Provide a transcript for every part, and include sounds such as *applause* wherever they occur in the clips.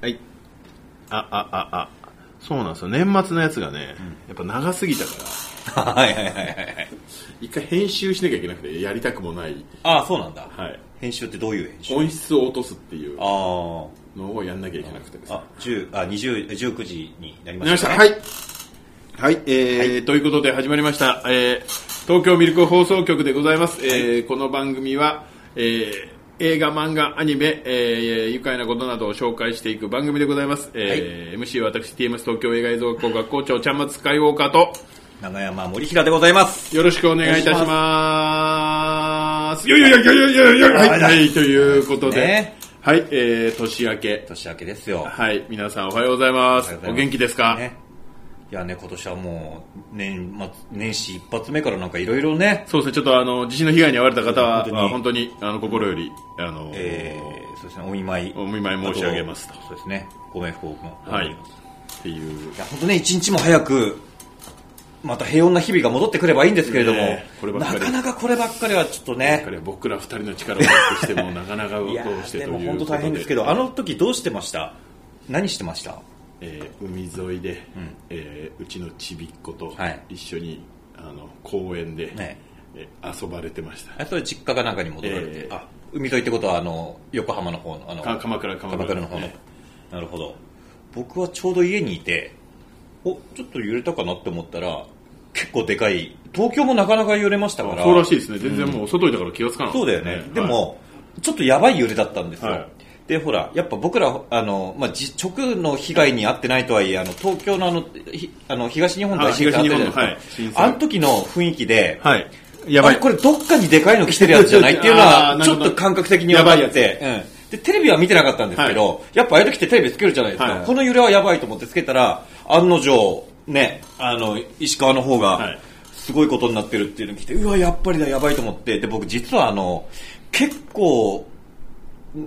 はい。あ、あ、あ、あ。そうなんですよ。年末のやつがね、やっぱ長すぎたから、 *laughs* はいはいはいはいはい。一回編集しなきゃいけなくて、やりたくもない。ああ、そうなんだ。はい。編集ってどういう編集音質を落とすっていうあーのをやんなきゃいけなくてですね。あ、10あ、20、19時になりなまりまししたた。ね。はい。はい、えーということで始まりました、えー東京ミルク放送局でございます。えーこの番組は、えー映画、漫画、アニメ、えー愉快なことなどを紹介していく番組でございます。えー MC は私、TMS 東京映画映像学校学校長、ちゃんまつかいウォーカーと、長山森平でございます。よろしくお願いいたします。よいよいよいよいよいよいよはい、はいはい、ということで、ねはい、えー年明け、年明けですよ。はい、皆さんおはようございます。お元気ですか、ねいやね、今年はもう、年末、年始一発目からなんかいろいろね、そうですね、ちょっとあの地震の被害に遭われた方は本当にあ本当にあの心よりあの、えー、そうですね、お見舞い。お見舞い申し上げますとあそうですね、ご冥福を。はい、いっていうや、本当ね、一日も早く、また平穏な日々が戻ってくればいいんですけれども、ねえこればっかなりかなかこればっかりはちょっとね、彼は僕ら二人の力を発揮 *laughs* してもなかなかどういやしてでともいう本こと当で大変ですけど、あの時どうしてました何してましたえー海沿いで、うえーうちのちびっ子とはい一緒に、あの公園で、ねえー遊ばれてましたあそれ実家が中に戻られて、ええあ海沿いってことはあの横浜の方のあのか鎌倉鎌倉鎌倉の方の、えなるほど僕はちょうど家にいておちょっと揺れたかなって思ったら結構でかい東京もなかなか揺れましたからそうらしいですね全然もう外いたから気がつかなかそったうだでよすね、ね、でも、ちょっとやばい揺れだったんですよ、はいでほらやっぱ僕らあの、まあ、じ直の被害に遭ってないとはいえあの東京のあのひあの東日本大震災あったじゃないですかああ,、東日本のはいの時の雰囲気で、はい、はいやばあいこれどっかにでかいの来てるやつじゃないっていうのあーはなちるょほっどと感覚的に分かやっばいやて、うん、でテレビは見てなかったんですけど、やっぱああいう時ってテレビつけるじゃないですか、はいこの揺れはやばいと思ってつけたら案の定ねあの石川の方が、はいすごいことになってるっていうのを聞いて、うわ、やっぱりだ、やばいと思って、で、僕実はあの、結構、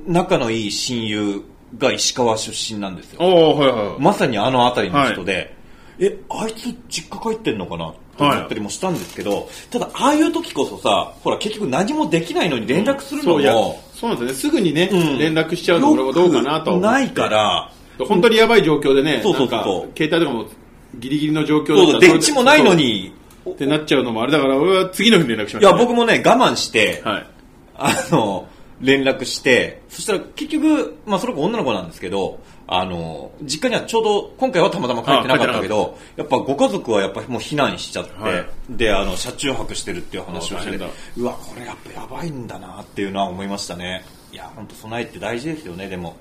仲のいい親友が石川出身なんですよ。おおはいはいはいまさにあの辺りの人で、え、あいつ実家帰ってんのかなって思ったりもしたんですけど、ただ、ああいう時こそさ、ほら、結局何もできないのに連絡するのそも、ういやそうなんですよねすぐにね、うん連絡しちゃうのも俺もどうかなと良思くってないから、本当にやばい状況でね、そうそうそうなんか携帯とかもギリギリの状況そうだだ、ったら電池もないのに、そうってなっちゃうのもあれだから、俺は次の日に連絡しまいした、や、僕もね、我慢して、はい。あの、連絡して、そしたら結局、まあ、その子女の子なんですけど、あの、実家にはちょうど、今回はたまたま帰ってなかったけど、やっぱご家族はやっぱもう避難しちゃって、はいで、あの、車中泊してるっていう話あをして大変てだ、うわ、これやっぱやばいんだなっていうのは思いましたね。いや、本当備えって大事ですよね、でも。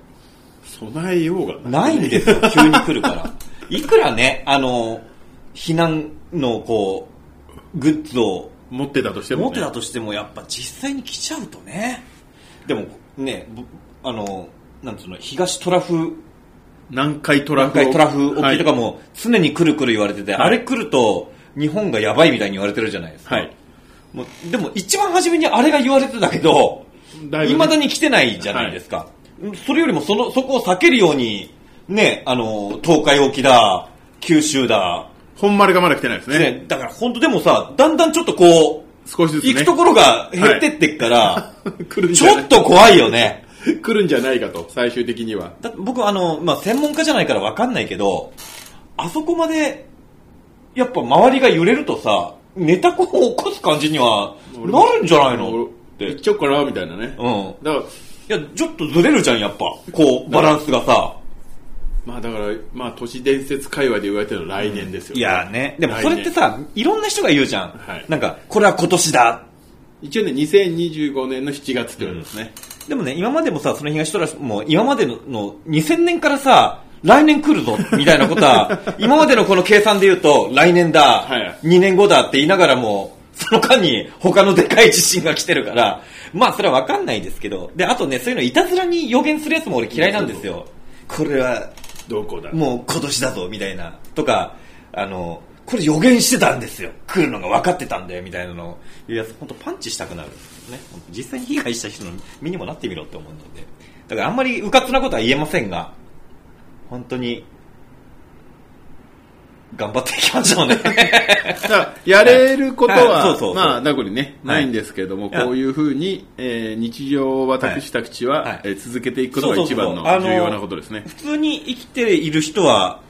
備えようがないんですよ、 *laughs* 急に来るから。いくらね、あの、避難のこう、グッズを持ってたとして持も、っね。てたとしてもやっぱ実際に来ちゃうとねでもねぼあのなんつうの東トラフ南海トラフ南を。海トラフ沖とかはいも常にくるくる言われてて、あれ来ると日本がやばいみたいに言われてるじゃないですか、はいもうでも一番初めにあれが言われてたけどだいぶねいまだに来てないじゃないですか、それよりもそのそこを避けるようにねあの東海沖だ九州だ、本丸がまだ来てないですね。ね、だから本当でもさだんだんちょっとこう少しずつ、ね。行くところが減ってってっから、 *laughs* 来るんちじゃょなっいと怖いよね。来るんじゃないかと、最終的には。だって僕あの、まあ、専門家じゃないからわかんないけど、あそこまで、やっぱ周りが揺れるとさ、ネタコを起こす感じには俺もなるんじゃないの俺って。う行んっ。ちゃおうかな、みたいなね。いだから、や、ちょっとずれるじゃん、やっぱ。こう、バランスがさ。まあだから、まあ都市伝説界隈で言われてるのは来年ですよ、いやね。でもそれってさ、いろんな人が言うじゃん。はいなんか、これは今年だ一応ね、2025年の7月って言われてますね。でもね、今までもさ、その東トラスも、今までのの2000年からさ、来年来るぞ、みたいなことは、今までのこの計算で言うと、来年だ、はい2年後だって言いながらも、その間に他のでかい地震が来てるから、まあそれはわかんないですけど、で、あとね、そういうのいたずらに予言するやつも俺嫌いなんですよ。これは、どうこうだ。もう今年だぞ、みたいな。とか、あの、これ予言してたんですよ。来るのが分かってたんだよ、みたいなのを言うやつ、本当パンチしたくなるんですよね。ほんと実際に被害した人の身にもなってみろって思うので。だからあんまりうかつなことは言えませんが、本当に、頑張っていきましょうね。だからやれることはい *laughs* そうそは、うそうまあ、名残ね、はいないんですけども、いやこういうふうに、えー日常を私たちはいははいえー続けていくことがそう一そうそう番のあの重要なことですね。普通に生きている人は、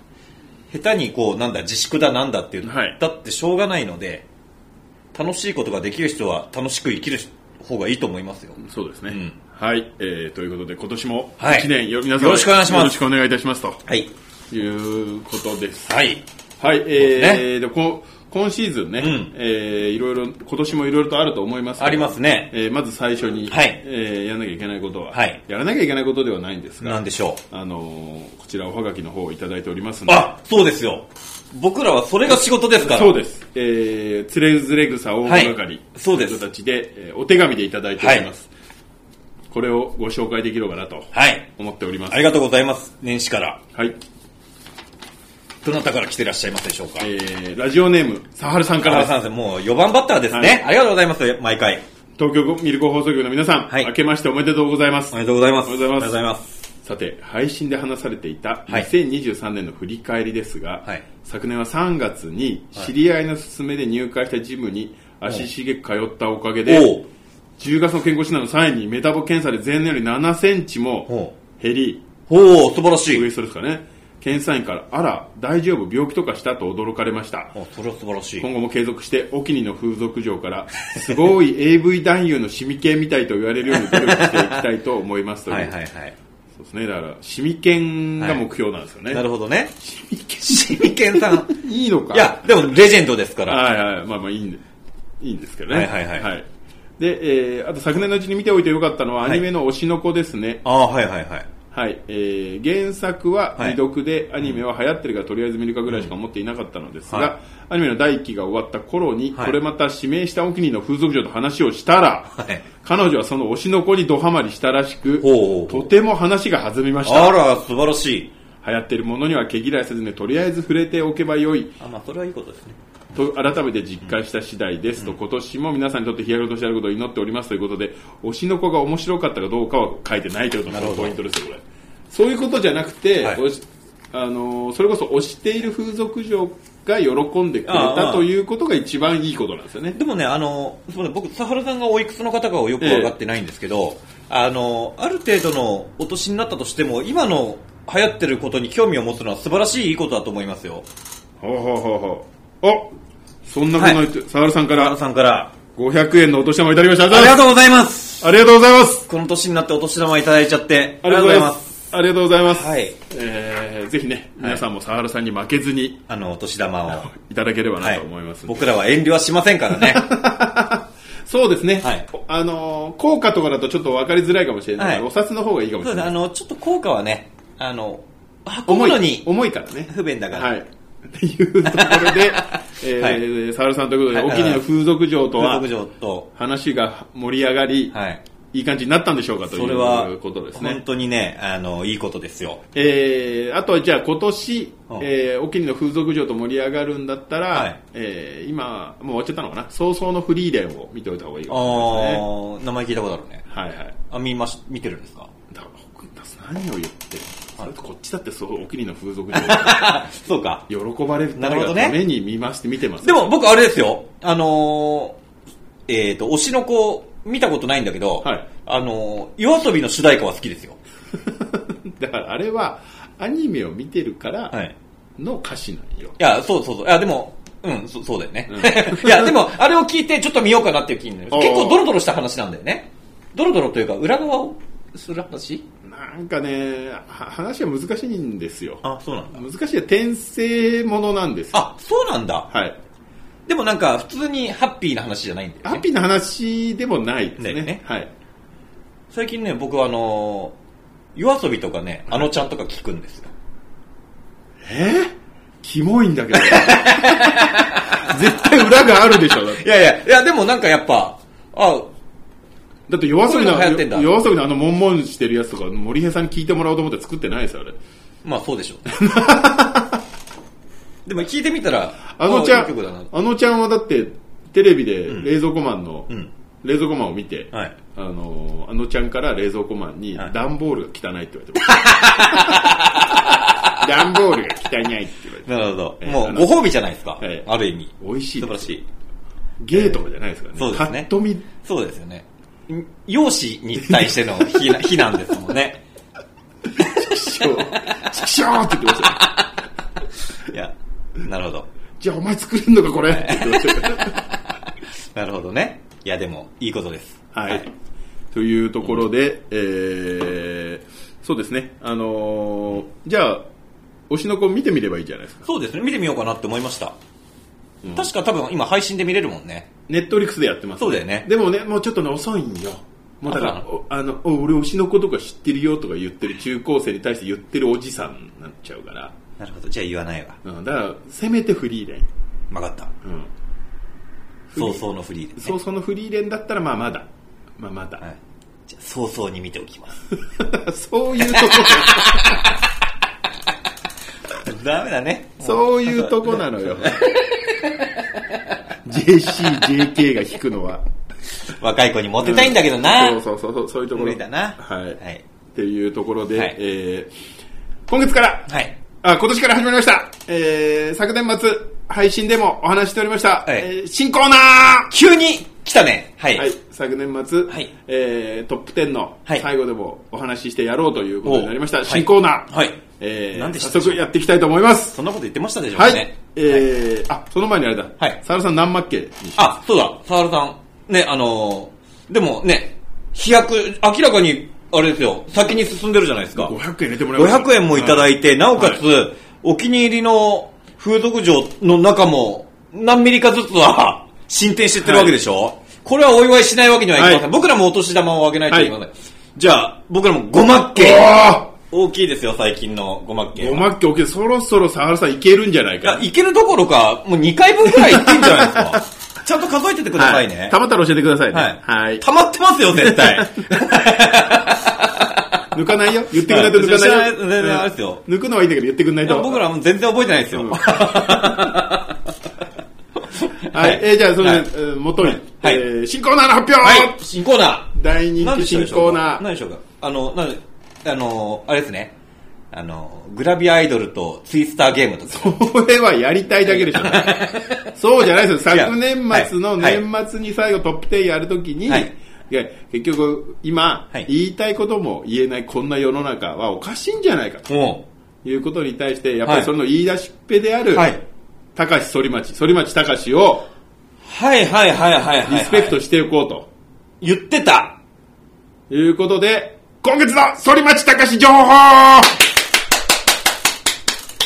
下手にこう、なんだ、自粛だなんだっていう、はいだってしょうがないので、楽しいことができる人は楽しく生きる方がいいと思いますよ。そうですね。うんはい、えーということで、今年もはい一年、よ皆さんよろしくお願いしますよろしくお願いいたしますとはい。いうことです。はい。はい、そうえでーでこ今シーズンね、んえーいろいろ、今年もいろいろとあると思いますけどありますねえーまず最初に、はいえーやらなきゃいけないことは、はいやらなきゃいけないことではないんですが、なんでしょあのーこちらおはがきの方をいただいておりますのう。で、あ、そうですよ。僕らはそれが仕事ですから。そうです。えー、つれずれ草大物は係い、そうですという形で、えーお手紙でいただいております。これをご紹介できればなとはい。思っております。ありがとうございます。年始から。はい。どなたから来てらっしゃいますでしょうか。えー、ラジオネーム、サハルさんかかららです。さんもう4番バッターですね、はいありがとうございます、毎回。東京ミルク放送局の皆さん、はい明けましておめでとうございますお。めでとうございます。おめでとうございおめでとうございます。さて、配信で話されていたはい2023年の振り返りですが、はい昨年は3月に知り合いの勧めで入会したジムに足しげく通ったおかげで、おう10月の健康診断の際にメタボ検査で前年より7センチもほ減り、う。ほう、素晴らしウエい。ストですかね、検査員から、あら、大丈夫、病気とかしたと驚かれました。おそれは素晴らしい。今後も継続して、お気に入りの風俗嬢 *laughs* から、すごい AV 男優のシミ犬みたいと言われるように努力していきたいと思いますという。はいはいはい。そうですね、だから、シミ犬が目標なんですよね。なるほ *laughs* どね。シミケンさん。いいのかいや、でもレジェンドですから。はいはい、まあまあいいんで、いいんですけどね。はいはいはいで、えーあと昨年のうちに見ておいてよかったのは、アニメの推しの子ですね。ああ、はいはいはい。はい、えー原作ははい未読で、アニメは流行ってるからとりあえず見るかぐらいしか思っていなかったのですが、はアニメの第1期が終わった頃に、はいこれまた指名したお気に入りの風俗嬢と話をしたら、はい彼女はその推しの子にドハマりしたらしく、ほうほうほうとても話が弾みましたあら、素晴らしい。流行ってるものには毛嫌いせずにとりあえず触れておけばよいあ、まあ、それはいいことですね。と改めて実感した次第ですと、今年も皆さんにとって日焼けとしてあることを祈っておりますということで推しの子が面白かったかどうかは書いてないということなるがほどポイントですよこれそういうことじゃなくて、はい推しあのーそれこそ推している風俗嬢が喜んでくれあああたあということが一番いいことなんですよねでもね、あの、すみません、僕、サハルさんがおいくつの方かをよく分かってないんですけど、あの、ある程度のお年になったとしても、今の流行ってることに興味を持つのは素晴らしいいいことだと思いますよ。ほうほうほうほうあそんなこと言って、サワルさんかサハルらさんから、 500円のお年玉いただきましたありがあとうございますりがとうございますこの年になってお年玉いただいちゃって、ありがとうございま。すありがとうございます、はい。えーぜひね、皆さんもサワルさんに負けずにあの、お年 *laughs* 玉を。いただければはないと思いますんで、僕らは遠慮はしません *laughs* からね。そうですね、はいあのー効果とかだとちょっと分かりづらいかもしれないから、はいお札の方がいいかもしそうれですねないあの、ちょっと効果はね、あの、運重ぶのいに、重いからね不便だからはい、っていうところ *laughs* で、えーサールさんということで、はいお気に入りの風俗嬢とは風俗嬢と、話が盛り上がり、はい。い、い感じになったんでしょうかといそれはうことです本ね、当にね、あの、いいことですよ。えーあとはじゃあ今年うん、えーお気に入りの風俗嬢と盛り上がるんだったら、はいえー今もう終わっちゃったのかな早々のフリーレンを見ておいた方がいいかあもしれないですねー、名前聞いたことあるね。はいはいあ、見まし、見てるんですかだ僕だ何を言ってるそはいれとこっちだってそうお気に入りの風俗 *laughs* そうか。嬢喜ばれるた *laughs* なるめほがどねために見まして見てますでも僕あれですよ、あのー、えっ、と、推しの子、見たことないんだけど、はいあのー、夜遊びの主題歌は好きですよ。だからあれはアニメを見てるからはい。の歌詞なんよ、いや、そうそうそう。いや、でも、うん、そそうだよね。う *laughs* いや、でも、あれを聞いて、ちょっと見ようかなっていう気になる。おー結構ドロドロした話なんだよね。ドロドロというか、裏側をする話なんかねは話は難しいんですよあ、そうなん。難しい転生ものなんですよあ、そうなんだ。はいでもなんか、普通にハッピーな話じゃないんだよ、ね。ハッピーな話でもないですねだよねはい最近ね、僕はあのー、夜遊びとかね、あのちゃんとか聞くんですよ。キモいんだけど *laughs* 絶対裏があるでしょだっていやいや、いや、でもなんかやっぱ、あ、だって夜遊びこういうのの流行ってんだ夜遊びのあのモンモンしてるやつとか森平さんに聞いてもらおうと思って作ってないですよあれまあそうで *laughs* しょうね。でも聞いてみたら、あのちゃ、あいい曲だなんあのちゃんはだって、テレビで冷蔵庫マンの、ん冷蔵庫マンを見て、はいあのー、あのちゃんから冷蔵庫マンに、はい *laughs* 段ボールが汚いって言われてます。段ボールが汚ゃいにゃいって言われて。なるほど。えーもあうのご褒美じゃないですか。ええある意味。美味しい素晴でらすしい。芸とかじゃないですからね。そうですねパッと見、そうですよね。容姿に対しての非 *laughs* な非難ですもんね。ショー、チクショーって言ってましたよ。いや、なるほ *laughs* ど。じゃあお前作れんのかこれって言ってましたよ。なるほどね。いや、でも、いいことです。はい。というところで、えー、そうですね。あのーじゃあ、推しの子見てみればいいじゃないですか。そうですね。見てみようかなって思いました。確か多分今配信で見れるもんね。ネットフリックスでやってます、そうだよねでもね、もうちょっとね、遅いんよ。もうだから、あおあの、お俺推しの子とか知ってるよとか言ってる中高生に対して言ってるおじさんになっちゃうから。なるほど。じゃあ言わないわ。うん、だから、せめてフリーレン。わかった。うん。早々のフリーです、ね。そう、そのフリーレンだったら、まあまだ。まあまだ。はい。じゃあ早々に見ておきま *laughs* す。そういうとこ、 *laughs* ダメだね。 *laughs* そういうとこなの *laughs* よ。JC、JK が弾くのは。 *laughs* 若い子にモテたいんだけどな。そうそうそうそう、そういうところ。無理だなはい。はいっていうところで、はいえー今月から、はい。あ、今年から始まりました。えー、昨年末、配信でもお話ししておりました、いえー新コーナ急に来たね。はい。ーはい、昨年末、はいえートップ10のはい最後でもお話ししてやろうということになりました、おはい新コーナー、はいえーなんでした早速やっていきたいと思います。そんなこと言ってましたでしょうはかい、ね。えーあ、その前にあれだ、はいサラさん何マッケにあ、そうだ、サールさん。ね、あのーでもね、飛躍、明らかに、あれですよ、先に進んでるじゃないですか。 500円入れてもらいました500円もいただいて、なおかつ、お気に入りの風俗嬢の中も、何ミリかずつ *laughs* は進展してってるわけでしょ、これはお祝いしないわけにはいきません。はい僕らもお年玉をあげないといけません。じゃあ、僕らもごまっけ。大きいですよ、最近のごまっけ。おまっけ OK、そろそろサハラさんいけるんじゃないいやか。いけるどころか、もう2回分くらいいってんじゃないです *laughs* か。ちゃんと数えててくださいね。たまったら教えてくださいね。はい。はい。溜まってますよ、絶 *laughs* 対。抜かないよ。言ってくんないと抜かないよ。はい全然あれですようん抜くのはいいんだけど言ってくんないと。僕らもう全然覚えてないですよ。うんは。はいえーじゃあ、それはいえー元に、えはいー新コーナーの発表はい、新コーナ大ー。人気何でしょう新コーナー。何でしょうか。あの、なんであの、あれですね。あの、グラビアアイドルとツイスターゲームとか。これはやりたいだけ *laughs* でしょ。そうじゃないですよ。昨年末のいやはい年末に最後トップ10やるときに、はいいや結局今、はい言いたいことも言えないこんな世の中はおかしいんじゃないかともいうことに対して、やっぱりその言い出しっぺである、う。はい。高橋反町、反町高橋をはいはいはいはいはい。リスペクトししていこうと。言ってた。ということで、今月の反町隆史情報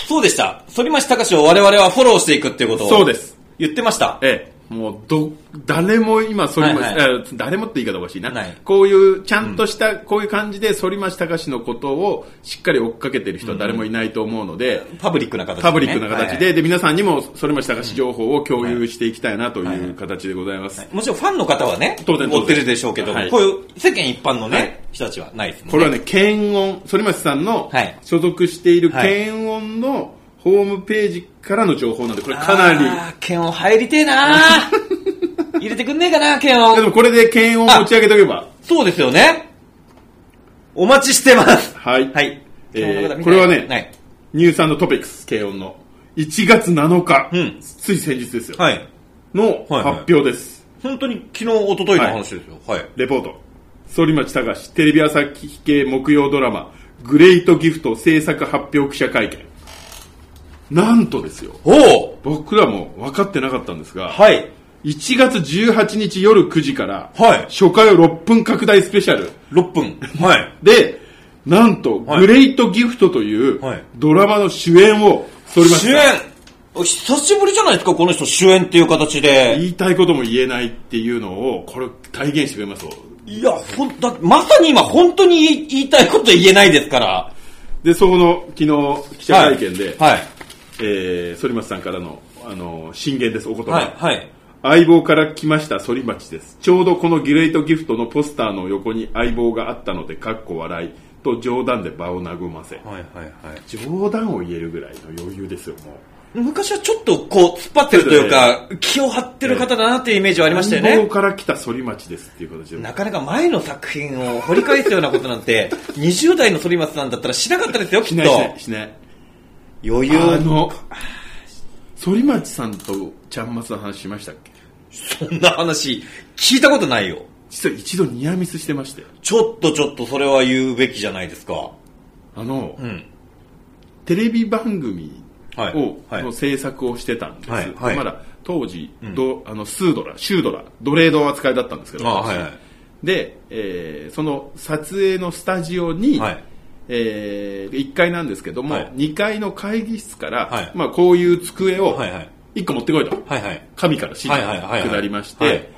そうでした。反町隆史を我々はフォローしていくっていうことを。そうです。言ってました。ええ、もう、ど、誰も今、反町、はいはえ誰もって言い方おかしいな。はいこういう、ちゃんとした、こういう感じで、反町隆史のことをしっかり追っかけてる人は誰もいないと思うので、パブリックな形でねパブリックな形で、はいで、皆さんにも、反町隆史情報を共有していきたいなという形でございます。もちろんファンの方はね、当然当然追ってるでしょうけど、はいこういう世間一般のね、はい人たちはないですもんね。これはね、検温、反町さんのはい所属しているはい検温のホームページからの情報なんで、これかなり。あー。剣を入りてえなー *laughs* 入れてくんねえかな、剣をで。もこれで検温持ち上げとけば。そうですよね。お待ちしてます。はい。はい。えー剣王の方見てこれはねはい。ニューストピックス、軽音の。1月7日、うんつい先日ですよ。はい。のはいはい発表です。本当に昨日、一昨日の話ですよ。はい。レポート。反町隆史、テレビ朝日系木曜ドラマ、グレートギフト制作発表記者会見。なんとですよ。おお僕らも分かってなかったんですが、はい。 1月18日夜9時から、はい初回を6分拡大スペシャル。 6分。はい。で、なんと、はいグレートギフトというはいドラマの主演を、反町主演お久しぶりじゃないですか、この人主演っていう形で。言いたいことも言えないっていうのを、これ体現してくれますよいや、ほん、だ、まさに今本当に言い言いたいこと言えないですから。で、そこの昨日記者会見で、はい。えー、反町さんからの、あの、進言です、お言葉。はい。はい。相棒から来ました反町です。ちょうどこのギレートギフトのポスターの横に相棒があったので、かっこ笑いと冗談で場を和ませ。はい。はい。はい。冗談を言えるぐらいの余裕ですよ、もう。昔はちょっとこう、突っ張ってるというか、気を張ってる方だなっていうイメージはありましたよ相棒ね。から来た反町ですっていう形で。なかなか前の作品を掘り返すようなことなんて、20代の反町さんだったらしなかったですよ、きしっないしなとい。しない。余裕あの反町さんとちゃんまつの話しましたっけそんな話聞いたことないよ実は一度ニアミスしてましてちょっとちょっとそれは言うべきじゃないですかあの、うんテレビ番組を、はいはいの制作をしてたんです、はいはいまだ当時、どあのスードラシュードラ奴隷の扱いだったんですけどあはいはいで、えーその撮影のスタジオに、はいえ1階なんですけども、はい2階の会議室から、はいまあ、こういう机をはいはい1個持ってこいと、はいはい神から指示はいはいがはいはい下りましはいて、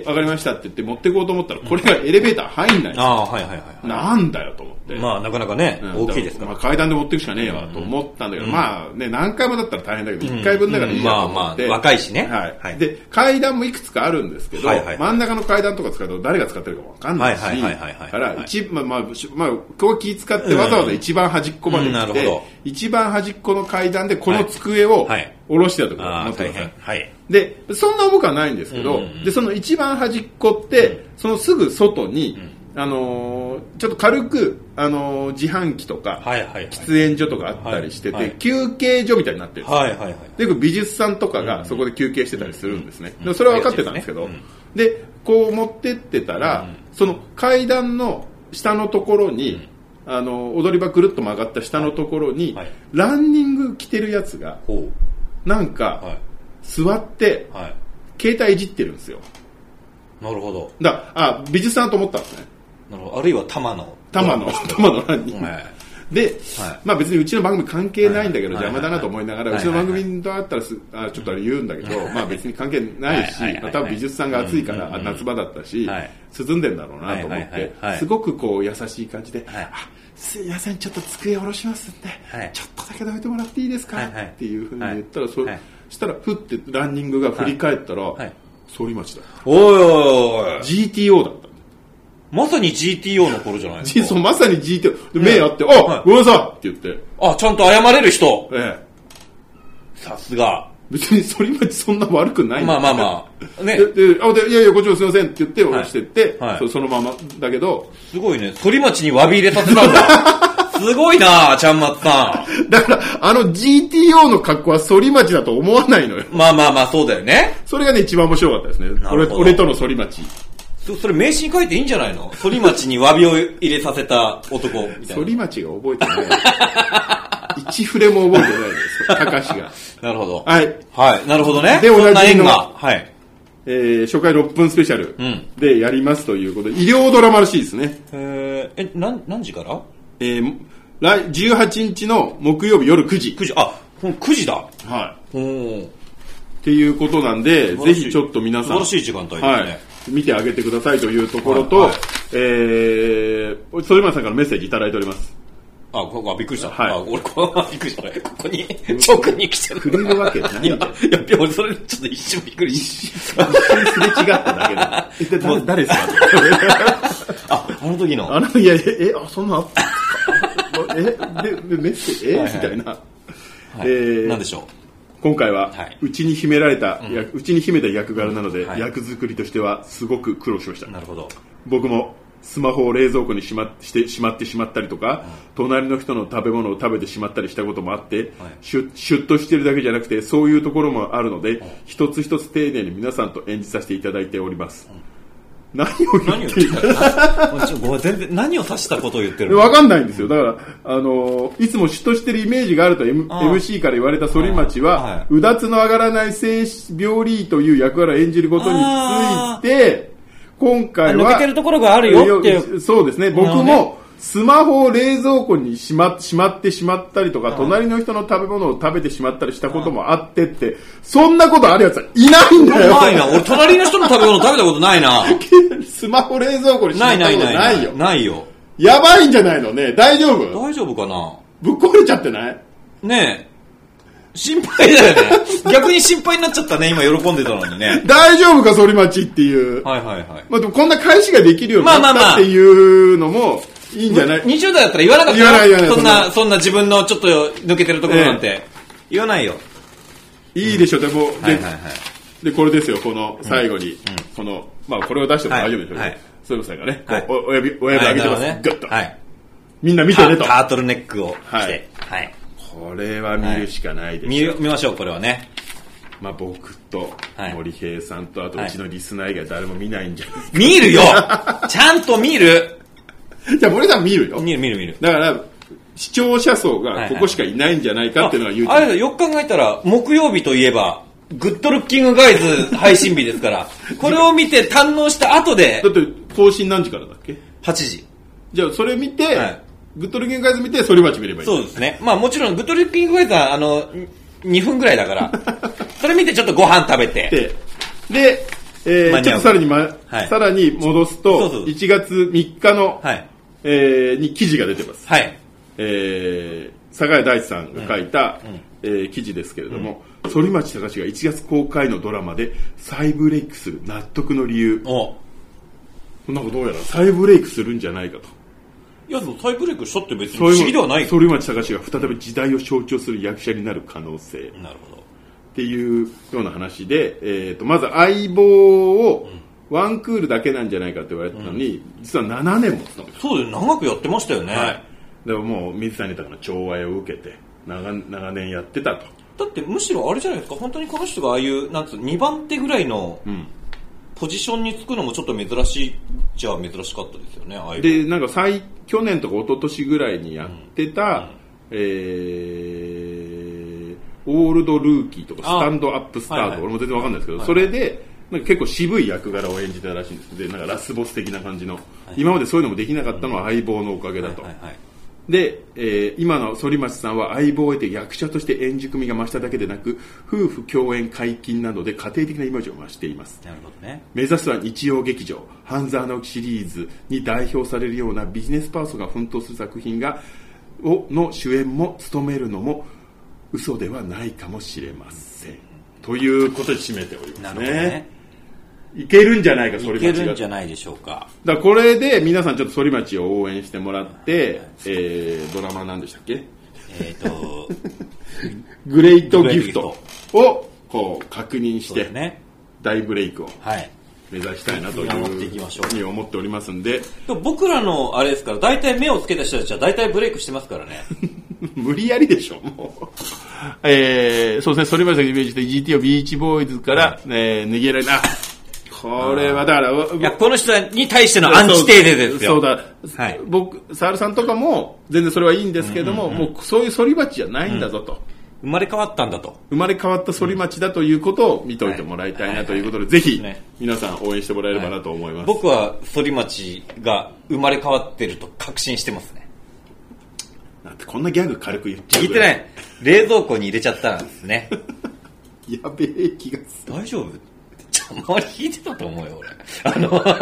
で、わかりましたって言って持ってこうと思ったら、これがエレベーター入んないんですよああーはいはいはいはなんだよと思っいて。まあなかなかねうん大きいですかまあら階段で持っていくしかねえわと思ったんだけど、まあね、何回もだったら大変だけど、1回分だからいいやと思って。うんまあまあ若いしねはい。はいで、階段もいくつかあるんですけど、はいはいはい真ん中の階段とか使うと誰が使ってるかわかんないし、はいはいはいはいはいから、一、まあ、まあ、しまあ、ここ気使ってわざわざ一番端っこまでうん来うて、んなるほど一番端っこの階段でこの机をはいはい下ろしてたところあ持あってくだ大さい。変はいで、そんな重くはないんですけど、うんうんうんで、その一番端っこって、そのすぐ外に、あのーちょっと軽く、あのー自販機とか、はいはいはい喫煙所とかあったりしてて、はいはい休憩所みたいになってるんですよはいはいはいでよく美術さんとかがそこで休憩してたりするんですね、でそれは分かってたんですけど、でこう持ってってたら、その階段の下のところに、あの踊り場くるっと曲がった下のところに、はいランニング着てるやつがほうなんか、はい座ってはい携帯いじってるんですよなるほどだからあ美術さんだと思ったんですねなるほどあるいは玉の玉 *laughs* の玉の欄に、はいで、はいまあ別にうちの番組関係ないんだけどはい邪魔だなと思いながら、はういちの番組とあったらすあちょっとあれ言うんだけど、まあ別に関係ないし、はいはいはいまあ多分美術さんが暑いから、あ夏場だったし、はい涼んでんだろうなと思って、はいはいはいはいすごくこう優しい感じで、はいあすいません、ちょっと机下ろしますんで、はいちょっとだけど置いてもらっていいですか、はいはいっていうふうに言ったら、そはいしたらふってランニングが振り返ったら、いはい反町だおいおいおい GTO だったまさに GTO の頃じゃないですそうかまさに GTO で目あって「はいあごめんなさい!」って言って、あちゃんと謝れる人ええ、さすが別に反町そんな悪くないまあまあまあねでであでいやいやこっちもすいませんって言って下ろしてって、はいそそのままだけどすごいね反町に詫び入れさせた *laughs* んだすごいなちゃんまつさんだからあの GTO の格好は反町だと思わないのよまあまあまあそうだよねそれがね一番面白かったですねな俺るほど俺との反町そそれ名刺に書いていいんじゃないの反町に詫びを入れさせた男みたい反町が覚えてない一フレも覚えてないです高橋が、ななるほどはいはいなるほどねでそんな同じ縁のがはいえー初回6分スペシャルんでやりますということで、医療ドラマらしいですねえー、えなん何時からえー、来18日の木曜日夜9時、 9時あほん9時だはおーい、っていうことなんで、晴らぜしいひちょっと皆さん、素晴らしい時間帯ですね、はい、見てあげてくださいというところと、はいはいえー、それまさんからメッセージいただいております。あ、ここ、あびっくりした。はいあ、俺、ここ、びっくりした。ここに、直に来てる。くれるわけないいや、いや、俺、それ、ちょっと一瞬びっくりした。一瞬すれ違っただけで。もう *laughs* 誰ですかあ、あの時の。あの、いや、え、えあ、そんなあったんですかえ、で、でメッセージ、え、はいはいみたいな。はいえーなんでしょ今回ははいうち、に秘められた、やうちに秘めた役柄なので、はい役作りとしてはすごく苦労しましたう。なるほど。僕もスマホを冷蔵庫にしましてしまってしまったりとか、隣の人の食べ物を食べてしまったりしたこともあって、はいシュッシュッとしてるだけじゃなくてそういうところもあるので、一つ一つ丁寧に皆さんと演じさせていただいております、何を何言をって言るってたもうちょごめ *laughs* ん全然、何を指したことを言ってるのわかんないんですよだから、あのーいつもシュッとしてるイメージがあると M- ああ MC から言われた反町は、はいうだつの上がらない性病理医という役割を演じることについて今あ回抜はけてるところがあるよっていう。そうですね僕なるほどねもスマホを冷蔵庫にしましまってしまったりとか、隣の人の食べ物を食べてしまったりしたこともあってって、そんなことあるやつはいないんだよな *laughs* いな。俺、隣の人の食べ物食べたことないな。スマホ冷蔵庫にしまなったいなこいとない。ないよないよ。やばいんじゃないのね大丈夫大丈夫かなぶっ壊れちゃってないねえ。心配だよね。逆に心配になっちゃったね、今喜んでたのにね。大丈夫か反町っていう、はいはいはい。まあ、でもこんな返しができるようになまあっまあまたあっていうのもいいんじゃない、 20代だったら言わなかったよ言わない言わないそんな、そんな自分のちょっと抜けてるところなんて。言わないよ。いいでしょでも、ではいはいはい。で、これですよ、この最後に、この、まあ、これを出してもはい大丈夫でしょうはけいど、そういうことがね、こはいうお親指、親指上げてまはいなるほどねす。グッとは。い。みんな見タてねと。タートルネックを着て。ははいい。これは見るしかないです見よ見ましょうこれはねまあ僕とはい森平さんとあとはいうちのリスナー以外誰も見ないんじゃない、見る *laughs* よちゃんと見るじゃあ森さん見るよ見る見る見るだから視聴者層がここしかいないんじゃないかっていうのが YouTube、ああれだよく考えたら木曜日といえばグッドルッキングガイズ配信日ですから *laughs* これを見て堪能した後でだって更新何時からだっけ8時じゃあそれ見て、はいグッドルゲンガイズ見て反町見ればいいそうですねまあもちろんグッドルッキングガイズはあの2分ぐらいだから *laughs* それ見てちょっとご飯食べてでで、えー間ちょに合うっとさらに、まはいさらに戻すとそうそう1月3日の、はいえーに記事が出てますはいえー、坂井大地さんが書いた、えー記事ですけれども、反町隆史が1月公開のドラマで再ブレイクする納得の理由おなんかどうやら再ブレイクするんじゃないかといやでも再ブレイクしたって別にそうい不う思議ではない反町隆史が再び時代を象徴する役者になる可能性っなるほどていうような話で、えー、とまず相棒をワンクールだけなんじゃないかと言われてたのに、実は7年も務めたそうです長くやってましたよね、はい、でももう水谷豊の寵愛を受けて長長年やってたと。だってむしろあれじゃないですか本当にこの人がああいうなんつう2番手ぐらいのんポジションにつくのもちょっと珍しいじゃ珍しかったですよねああいうでなんか最去年とか一昨年ぐらいにやってた、えーオールドルーキーとかスあタンドアップスターとかはいはい俺も全然わかんないですけど、それでなんか結構渋い役柄を演じたらしいんですでなんかラスボス的な感じの、今までそういうのもできなかったのは相棒のおかげだと、はいはいはいで、えー今の反町さんは相棒を得て役者として演じ組みが増しただけでなく夫婦共演解禁などで家庭的なイメージを増していますなるほどね目指すは日曜劇場「半沢直樹」シリーズに代表されるようなビジネスパーソンが奮闘する作品がをの主演も務めるのも嘘ではないかもしれませんということで締めておりますなるほねどねいけるんじゃないか反いけ町るがんじゃないでしょうかだからこれで皆さんちょっと反町を応援してもらって、えードラマなんでしたっけえ *laughs* っ、とグレイトギフトをこう確認しそうでてすね大ブレイクをはい目指したいなという見守っていきましょうふうに思っておりますんで *laughs* でも僕らのあれですから大体目をつけた人たちは大体ブレイクしてますからね無理やりでしょ、もう。えー、そうですね、反町さんがイメージして GT をビーチボーイズから、えー、逃げられた。あこれはだから、いやこの人に対してのアンチテーゼですそようだ、はい僕、サールさんとかも、全然それはいいんですけども、もうそういう反町じゃないんだぞと。生まれ変わったんだと生まれ変わった反町だということを見ておいてもらいたいなということで、ぜひね皆さん応援してもらえればなと思います。僕は反町が生まれ変わってると確信してますねなんてこんなギャグ軽く言っちゃう聞いぐてらな。い冷蔵庫に入れちゃったんですねやべえ気がする。大丈夫ちょあんまり聞いてたと思うよ俺あ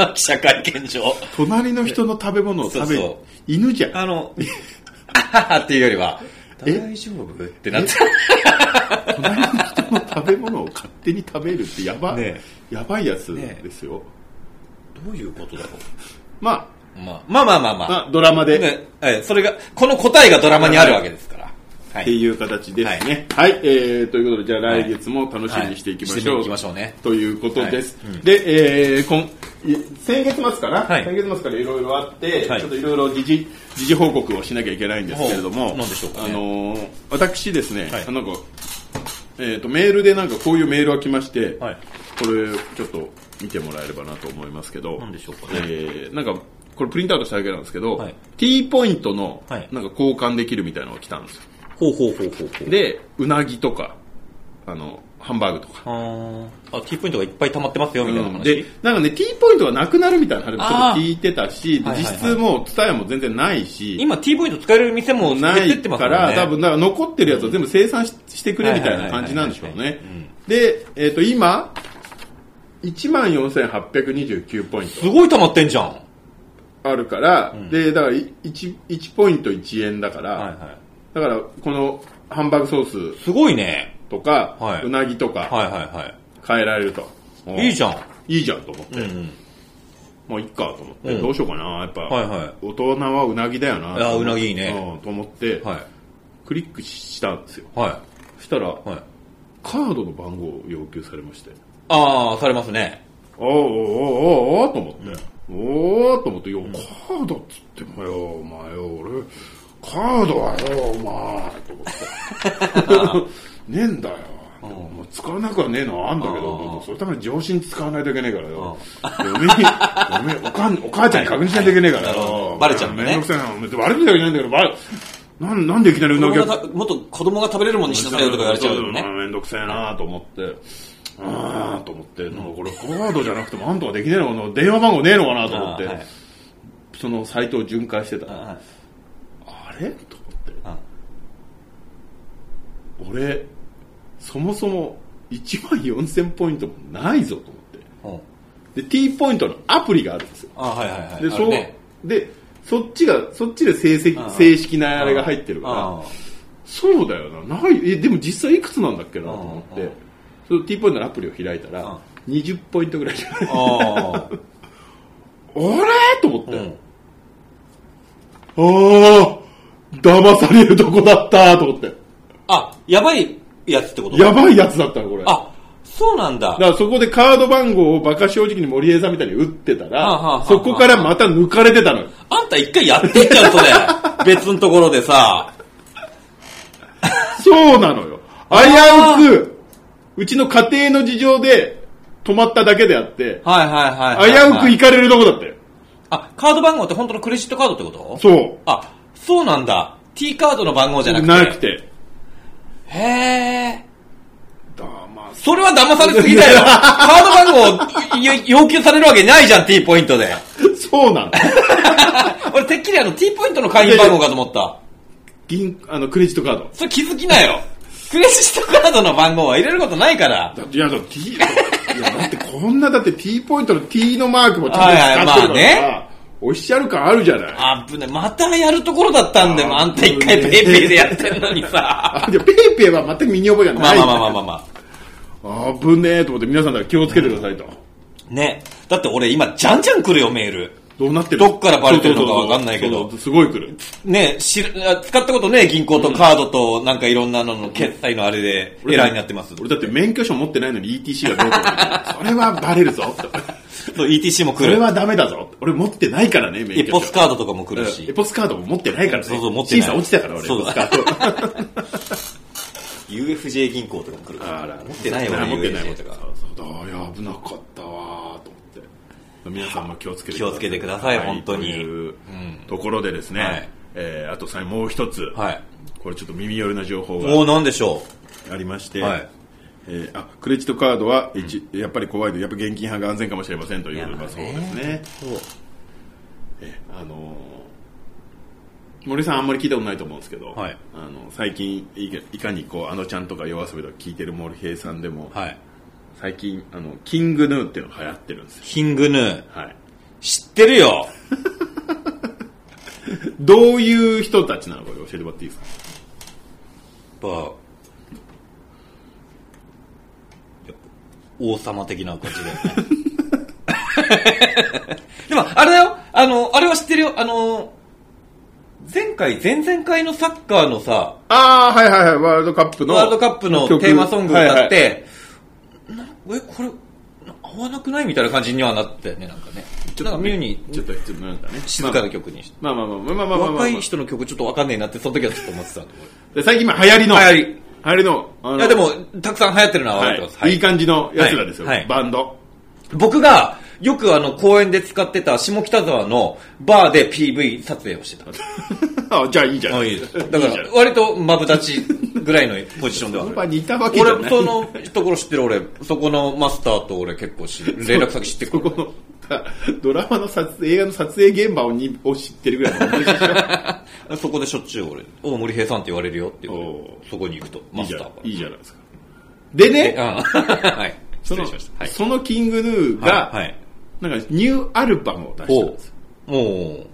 の記者会見上隣の人の食べ物を食べるそうそう犬じゃん。あのあははっていうよりはえ大丈夫ってなって隣の人の食べ物を勝手に食べるってやば,、ねやばいやつですよ、どういうことだろまう、まあ、まあまあまあまあ、あ、まあドラマで、ねえそれがこの答えがドラマにあるわけですからはっていいう形ですねはい、えーということでじゃあ来月も楽しみにしていきましょう、はいしていきましょうねということです、で、えー、今先月末から、はい先月末からいろいろあって、はいちょっといろいろ時事時事報告をしなきゃいけないんですけれどもほうなんでしょうかねあのー私ですね、はいあなんかえー、とメールでなんかこういうメールが来まして、はいこれちょっと見てもらえればなと思いますけどなんでしょうかえねーなんかこれプリントアウトしただけなんですけど、はい T ポイントのはいなんか交換できるみたいなのが来たんですよほうほうほうほうほうでうなぎとかあのハンバーグとか、あーあ T ポイントがいっぱい溜まってますよみたいな話、でなんかね T ポイントがなくなるみたいな話もちょっあとー聞いてたしではいはい実はい質もう伝えも全然ないし今 T ポイント使える店も減なってっいてますかかららね多分だから残ってるやつを全部生産ししてくれみたいな感じなんでしょうはいはねいはいはいはいで、えっと今1万4829ポインすごい溜まってんじゃんはトあるから、でだから 1, 1ポイント1円だから、いだからこのハンバーグソースすごいねとか、はいうなぎとかはいは変えられると、いはいいいじゃんいいじゃんと思って、うんまあいっかと思って、うんどうしようかなやっぱ、はいはい大人はうなぎだよなあうなぎいいねうんと思って、はいクリックしたんですよはそしたら、いはいカードの番号を要求されましてああされますねおーおーおーおーと思って、おおと思って「よカードっつってもよお前よ俺カードはよお前」と思ってねえんだよ。うんもう使わなくはねえのはあんだけうどん、それために上司に使わないといけねえからよ。嫁に、嫁、おかん、お母ちゃんに確認しないといけねえからなるほよど。バレちゃうんだねめんどくさいな。別にバレてるわけじゃないんだけど、バレ、なんなんでいきなりうなぎ子を供がたもっと子供が食べれるものにしなさいよとか言われちゃうよねそ。そそめんどくせえなと思って。ああと思って、なんかこれフォワードじゃなくてもなんとかできねえのかな、電話番号ねえのかなと思って、あーはいそのサイトを巡回してたら、ああれとああ思って、俺、そもそも1万4000ポイントもないぞと思っうて。んで、T ポイントのアプリがあるんですよ。あはいはいはい。で、あそるうね、で、そっちが、そっちで成績、あー正式なあれが入ってるから、あそうだよなないえでも実際いくつなんだっけなと思っうんてうんその T ポイントのアプリを開いたら20ポイントぐらいじゃないああああれと思っうて、ん。ああ騙されるとこだったと思ってあ、やばいやつってことやばいやつだったのこれだかあ、そうなんだ。らそこでカード番号をバカ正直に森江さんみたいに打ってたら、はあはあはあそこからまた抜かれてたのよあんた一回やってんじゃん、それ。 *laughs* 別のところでさ。そうなのよ危うくうちの家庭の事情で止まっただけであってはいはいはい危はい、うく行かれるとこだったよあ、カード番号って本当のクレジットカードってことそうあ、そうなんだ。T カードの番号じゃなくて。なくてへー。騙すそれは騙されすぎ *laughs* だよ。カード番号よ要求されるわけないじゃん、T ポイントで。 *laughs* そうなの俺てっきりあの T ポイントの会員番号かと思った。銀あのクレジットカードそれ気づきなよ。クレジットカードの番号は入れることないから。だっていやだって T いやだってこんなだって T ポイントの T のマークもちゃんはいとは使いってるからさ、オフィシャル感あるじゃないあぶね、またやるところだったんだよ。あんた一回あぶペイねペイでやってるのにさ。あでペイペ *laughs* イは全く身に覚えがまなあいまあまあまあまあまあ。あぶねえと思って皆さんだから気をつけてくださいと、ね。だって俺今、じゃんじゃん来るよ、メール。どうなってるどっからバレてるのかわかんないけそうどそうそうすごい来るね、知るあ使ったことね、銀行とカードと、なんかいろんなのの決済のあれで、エラーになってます。俺だって免許証持ってないのに ETC がどうこうってそれはバレるぞとそう ETC もそ来れる。はダメだぞ俺持ってないからね免エ許ポ証スカードとかも来るエし。ポスカードも持ってないからねそうそう持ってな審い査落ちたから俺そエうだポスカード UFJ 銀行とかも来るから。持ってないよね、持ってない UFJ 持ってとないか。そうそうだいや危なかったわーと思って皆さんも気をつけて気をつけてくださいは本当にといううんところでですね、はいえーあと最後もう一つ、はい。これちょっと耳寄りな情報もがうなんでしょありまして、はいえーあクレジットカードは、一やっぱり怖いのでやっぱ現金派が安全かもしれませんといういやまあねそうですねう。そう。えあのー森さんあんまり聞いたことないと思うんですけど、はいあの最近いかいかにこうあのちゃんとか夜遊びとか聞いてる森平さんでも、はい。最近あのキングヌーっていうのが流行ってるんですよ、キングヌー。はい、知ってるよ。どういう人たちなのか教えてもらっていいですかやっぱ王様的な感じだよね *laughs* でもあれだよあのあれは知ってるよあの前回前々回のサッカーのさああはいはいはいワールドカップのワールドカップのテーマソングだ歌って、なえこれな合わなくないみたいな感じにはなったよねなんかねなんかミュにちょっとちょっとなんかね静かな曲にして、まあまあまあまあまあまあまあ、まあ若い人の曲ちょっとわかんねえなってその時はちょっと思ってたんだで俺最近今流行りの流行り流行りのあのいやでもたくさん流行ってるのは分かはっています、い、い感じのやつらですよ、はいはいバンド僕がよくあの公園で使ってた下北沢のバーで PV 撮影をしてた。あ *laughs* じゃあいいじゃんだから割とマブダチぐらいのポジションではやっあぱる。似たわけじゃな *laughs* 俺、いそのところ知ってる俺、そこのマスターと俺結構知る連絡先知ってそくる。この *laughs* ドラマの撮影映画の撮影現場をにを知ってるぐらいの同じでしょ *laughs* そこでしょっちゅう俺、大森平さんって言われるよって言われるおそこに行くと、いマいじスゃタんーが。いいじゃないですかでねえあはい。そ *laughs* 失の礼しました。はい。そのキングヌーが、はい。なんかニューアルバムを出したんおですよお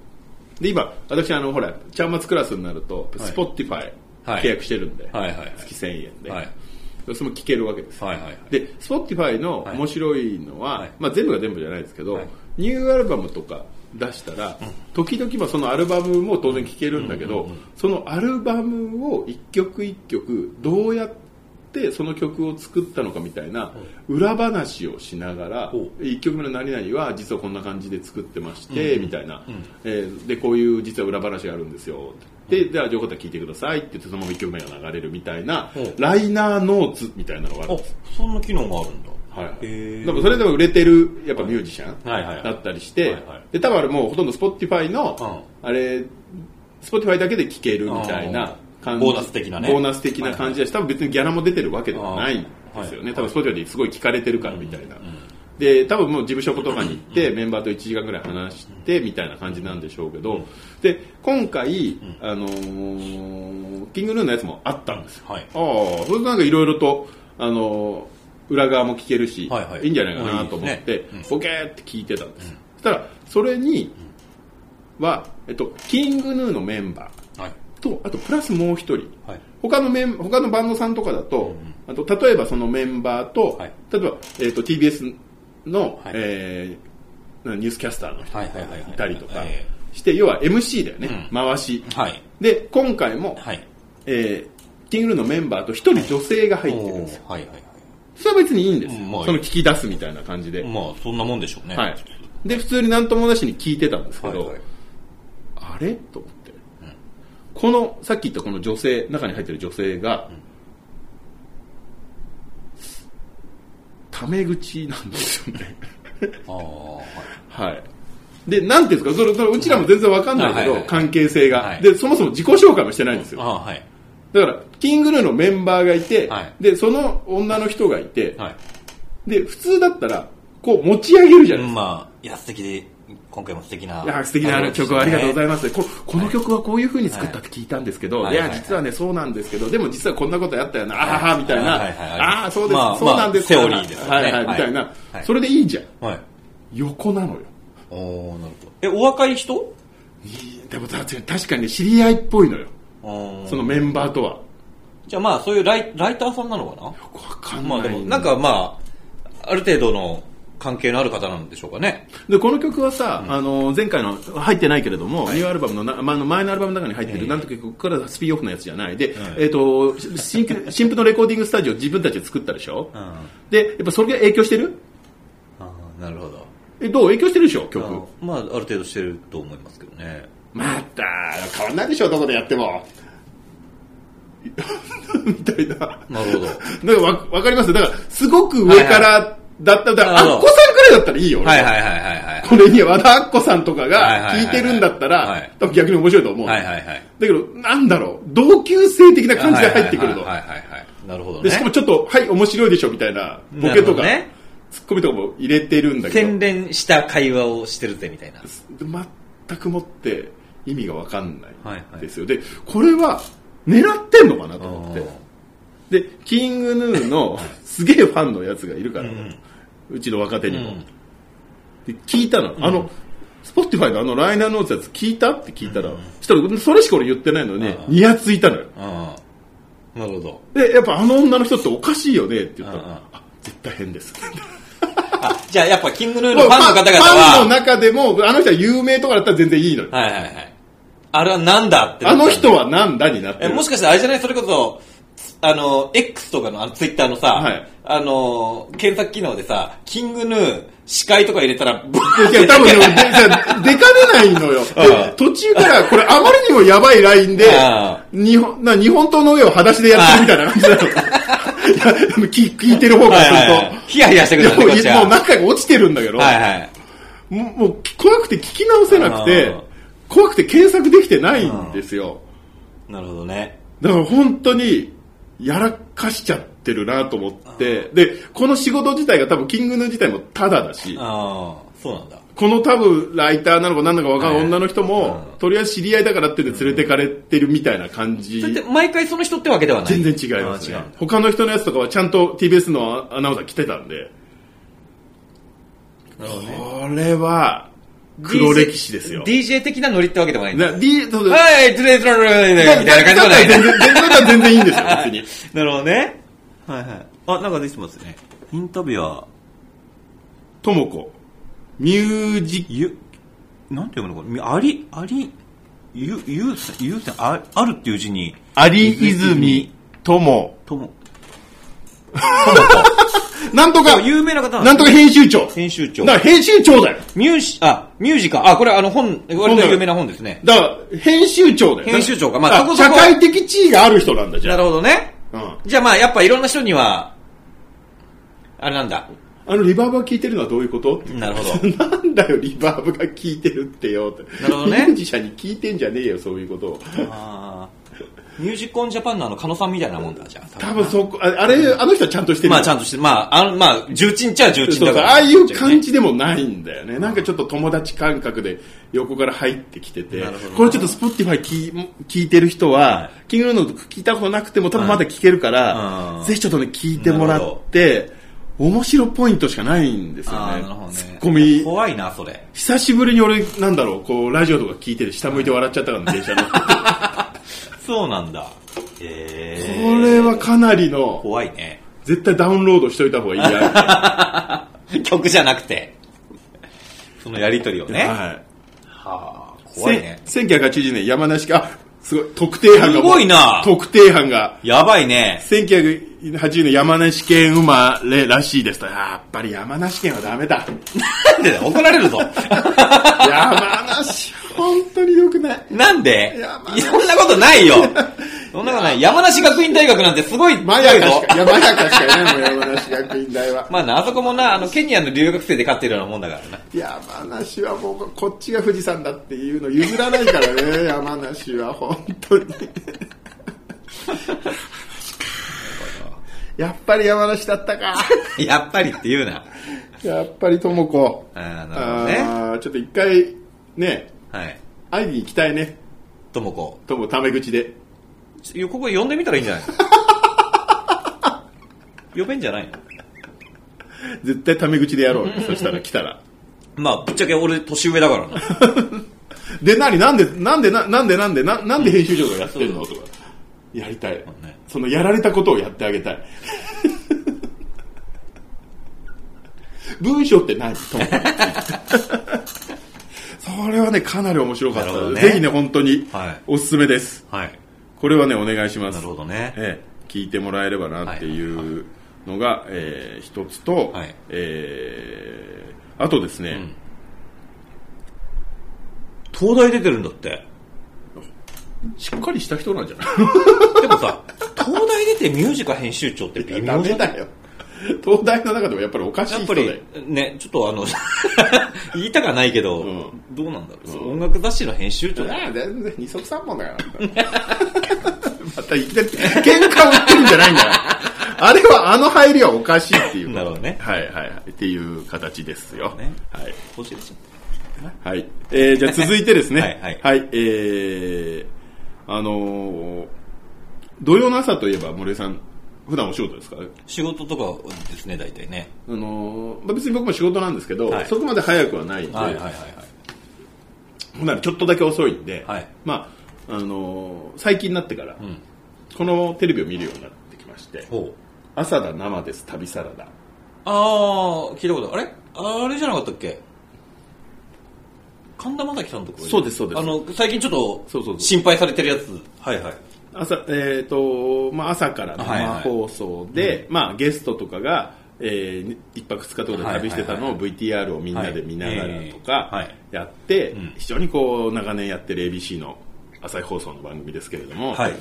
で今私あのほらちゃんまつクラスになると、はい Spotify はい契約してるんで、はいはいはい月1000円で、はいそれも聴けるわけですよはいはいはい。で Spotify のはい面白いのは、はいまあ、全部が全部じゃないですけど、はいニューアルバムとか出したら、時々まあそのアルバムも当然聴けるんだけど、そのアルバムを一曲一曲どうやってその曲を作ったのかみたいな裏話をしながらほ1曲目の「何々」は実はこんな感じで作ってましてみたいな、えーでこういう実は裏話があるんですよってで、では、よかったら聞いてくださいって言って、そのまま1曲目が流れるみたいなうん、ライナーノーツみたいなのがあるんあです。そんな機能があるんだはいはいへえでもそれでも売れてるやっぱミュージシャはいはいはンいだったりして、はいはいで多分あれもうほとんど Spotify の、あれ Spotify だけで聴けるみたいな感じボーナス的なねボーナス的な感じだし、多分別にギャラも出てるわけではないんですよね、あー多分 Spotify ですごい聞かれてるからみたいな、うんで多分もう事務所とかに行ってメンバーと1時間ぐらい話してみたいな感じなんでしょうけど、で今回、あのーキングヌーのやつもあったんですよはいああそれでなんかいろいろとあの裏側も聞けるし、はいいはいい、んじゃないかなと思っていいですねうんボケーって聞いてたんです、そしたらそれには、えっと、キングヌーのメンバはいーとあとプラスもう一人はい他のメン他のバンドさんとかだと,、あと例えばそのメンバーと、はい例えば、えっと TBS の、はいえーなニュースキャスターの人がはいはいはいはいいたりとかえして、要は MC だよね、う回しはいで今回も、はいえー、キングルーのメンバーと一人女性が入ってるんですよ。おーはいはいはそれは別にいいんですよ。うんまあその聞き出すみたいな感じで。いまあそんなもんでしょうねはい。で、普通に何ともなしに聞いてたんですけはいど、はいあれと思って、この、さっき言ったこの女性、中に入ってる女性が、タメ口なんですよね。 *laughs* ああはいはい。で、なんていうんですか、それ、それうちらも全然わかんないけはいはいはいはど、い関係性はが。いで、そもそも自己紹介もしてないんですよ。ああーはいだから、キングルーのメンバーがいて、はいで、その女の人がいて、はいで、普通だったら、こう持ち上げるじゃないですか。まあいや素敵で今回も素敵ないや、素敵なあの曲をありがとうございます。ここの曲はこういう風に作ったって聞いたんですけど、はいいはや、いはい実はね、そうなんですけど、でも実はこんなことやったよな、あはは、みたいな、はいはいはいああ、そうです、まあそうなんですか、まあセオリーですよねはいはい、はみいたいな、はいそれでいいじゃん。はい横なのよ。おおなるほどえお若い人いいでも確かに確かにね、知り合いっぽいのよ。そそのメンバーとは。じゃあまあそういうライライターさんなのかなよくわかんまあなでいも、なんかまあ、ある程度の関係のある方なんでしょうかね。でこの曲はさ、あの前回の入ってないけれども、ニューアルバムのな、まあ、あの前のアルバムの中に入ってる、なんとかここからスピンオフのやつじゃないで、えっと新新婦のレコーディングスタジオ自分たちで作ったでしょ、あでやっぱそれが影響してるあ、なるほど。えどう影響してるでしょ曲まあ、ある程度してると思いますけどね。また変わんないでしょどこでやっても *laughs* みたいなだかなるほ *laughs* ど。らわわかりますだからすごく上からだっただから、なるあほどっこさんくらいだったらいいよ、俺はいはいはいはいはい。これに和田アッコさんとかはいはいがはいは聞いいてるんだったはらい、多分逆に面白いと思う。はいはいはい。だけど、なんだろう、同級生的な感じで入ってくるはのい。はいはいはい。なるほどで、ね。しかもちょっと、はい、面白いでしょみたいな、ボケなるとほかど、ねツッコミとかも入れてるんだけ洗ど、練した会話をしてるぜみたいな。全くもって意味がわかんなはいいはいですよ。で、これは、狙ってんのかなと思っうてん。で、キングヌーのすげえファンのやつがいるからうん、うちの若手にもうん。で、聞いたの。あの、スポティファイのあのライナーノーツやつ聞いたって聞いたら、そしたら、それしか俺言ってないのに、うんニヤついたのよ。ああなるほど。で、やっぱあの女の人っておかしいよねって言ったら、うんうんあ、絶対変 *laughs* です。あ、じゃあやっぱキングヌーのファンの方々ファンのは、中でも、あの人は有名とかだったら全然いいのよ。はいはいはい。あれはなんだってなあったんだ。の人はなんだになってえ、る。もしかしたらあれじゃないそれこそ、あの、X とかの、あの、ツイッターのさ、はいあの、検索機能でさ、キングヌー、司会とか入れたら、ブワーっいや、て *laughs* 多分ね、でさ出かねないのよ。ああで途中から、これあまりにもやばいラインであ、日本、な日本刀の上を裸足でやってるみたいな感 *laughs* じなの。いやでも聞聞いてる方かはいはいらはいヒヤヒヤしてするくると、ね、こっいちやは。もうもう何回も落ちてるんだけど、はいはい。もうもう怖くて聞き直せなくてああ、怖くて検索できてないんですよ。なるほどね。だから本当にやらかしちゃってるなと思ってでこの仕事自体が多分キングヌー自体もタダだしああ、そうなんだ。この多分ライターなのか何なのか分からんはい女の人も、うんとりあえず知り合いだからって言って連れてかれてるみたいな感じそれって毎回その人ってわけではない全然違いますねあー違うんだ他の人のやつとかはちゃんと TBS のアナウンサー来てたんでなるほどね。これは黒歴史ですよ DJ 的なノリってわけでもないんだ。な D そうだはい、トゥレイトゥレイトゥレイみたいな *laughs* 感じでもないんだだったら全然だったら全然いいんですよ別になるほどね。はいはい。あ、なんかできてますね。インタビュアー、ともこミュージックゆ、なんて読むのかなみあり、あり、ゆ、ゆうせん、ゆうせん、ああるっていう字に、有泉ともとも、なんとか、有名な方なんとか編集長。編集長だから編集長だよ。ミュージ、あ、ミュージカ、あ、これあの本、割と有名な本ですね。だから、編集長だよ。編集長かまあだそこそ社こ会的地位がある人なんだじゃ。なんるほどね。うんじゃあまあ、やっぱいろんな人には、あれなんだ。あの、リバーブが効いてるのはどういうことなるほなんだよ、リバーブが効いてるってよ。なるほどねミュージシャンに聞いてんじゃねえよ、そういうことを。あー *laughs* ミュージックオンジャパンのあの、狩野さんみたいなもんだ、じゃあ。多分そこ、ああれ、あの人はちゃんとしてるよ。まあ、ちゃんとして、まあ、あのまあ、重鎮っちゃ重そう鎮そだうから。ああいう感じでもないんだよね。なんかちょっと友達感覚で横から入ってきててなるほど、なこれちょっと Spotify 聞い聞いてる人はは、いキングヌーの聞いたことなくても多分まだ聞けるかはいらう、んぜひちょっとね、聞いてもらって、面白ポイントしかないんですよあーねなるほど。ね。ツッコミ。怖いな、それ。久しぶりに俺、なんだろう、こう、ラジオとか聞いてて下向いて笑っちゃったから、電車の。こそうなんだ。 *laughs* えー、れはかなりの、怖いね。 *laughs* 絶対ダウンロードしといた方がいいや。曲じゃなくて。そのやりとりをね。ははい。あ、怖いね。せん1980年、山梨県、あ、すごい、特定班が。すごいな特定班が。やばいね。 1980年山梨県生まれらしいですと。やっぱり山梨県はダメ *laughs* だ。なんでだよ怒られ *laughs* るぞ。山梨、本当に良くない。なんで山いやそんなことないよ。そんなことない。山梨学院大学なんてすごいま強やいかぞしか、いや、まやかしかいないもん、山梨学院大は。まあな、あそこもな、あの、ケニアの留学生で勝ってるようなもんだからな。山梨はもう、こっちが富士山だっていうの譲らないから *laughs* ね、山梨は、本当に。やっぱり山梨だった *laughs* か。やっぱりって言うな。やっぱりともこ。あーなるほどね。あーちょっと一回、ね、はい。会いに行きたいね。ともこ。とも、タメ口で。ちょここ呼んでみたらいいんじゃない *laughs* の呼べんじゃないの絶対タメ口でやろうよ。そしたら来たら。まあ、ぶっちゃけ俺年上だからな。で、なになんで、なんで、ななんで、なんで、ななんで編集長がやってるのとそうか。やりたいあね。そのやられたことをやってあげたい。文章って何ともそれはね、かなり面白かったなるほのどで、ねぜひね、本当にはいおすすめです。はい。これはね、お願いします。なるほどね。ええ、聞いてもらえればなっていうのが、えー一つと、はいえーあとですね、ん東大出てるんだって。しっかりした人なんじゃないでもさ、東大出てミュージカ編集長って *laughs* 微ダ妙じメゃないだよ *laughs* 東大の中でもやっぱりおかしやいっ人ぱだより、ね、ちょっとあの、 *laughs* 言いたくはないけど、うんどうなんだろう、うん音楽雑誌の編集長だああ全然二足三本 *laughs* だからまたいきなり喧嘩を売ってるんじゃないんだからあれはあの入りはおかしいっていうことなるほどねはいはいはいっていう形ですよ、ねはい欲しいでしょはい。えーじゃあ続いてですね。 *laughs* はいはいえーあのー土曜の朝といえば、森江さん、普段お仕事ですか仕事とかですね、大体ね。あのーまあ、別に僕も仕事なんですけど、はいそこまで早くはないんで、はいはいはいほんならちょっとだけ遅いんで、はいまあ、あのー最近になってから、はい。うん。このテレビを見るようになってきまして、ほう。朝だ生です、旅サラダ。あー、聞いたことあるあれあれじゃなかったっけ神田正輝さんのところそうですそうですあの、最近ちょっと、そうそうそう心配されてるやつ。はいはい。朝、えっ、と、まあ、朝からのはいは生い放送で、まあ、ゲストとかが、えー、一泊二日とかで旅してたのはいはをい VTR をみんなで見ながらとはかいやって、うん非常にこう、長年やってる ABC の朝日放送の番組ですけれども、はい。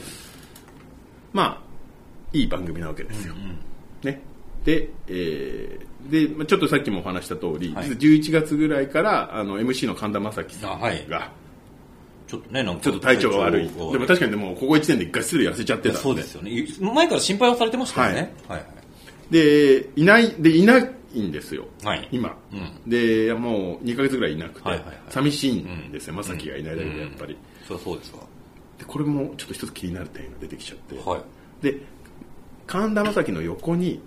まあ、いい番組なわけですよ。ね。で、えーで、まあちょっとさっきもお話しした通り、はい実は11月ぐらいから、あの、MC の神田正輝さんあはいが、ちょっとね、なんか。ちょっと体調が悪い。でも確かにでも、ここ1年で一回すぐ痩せちゃってたんで。そうですよね。前から心配はされてましたよね。はい。でいないでいないんですよ、はい今、うでいやもう2ヶ月ぐらいいなくて、はいはいはい寂しいんですよ、正輝がいないだけうんでやっぱり、そうそうですか。でこれもちょっと一つ気になる点が出てきちゃって、はい。で神田正輝の横に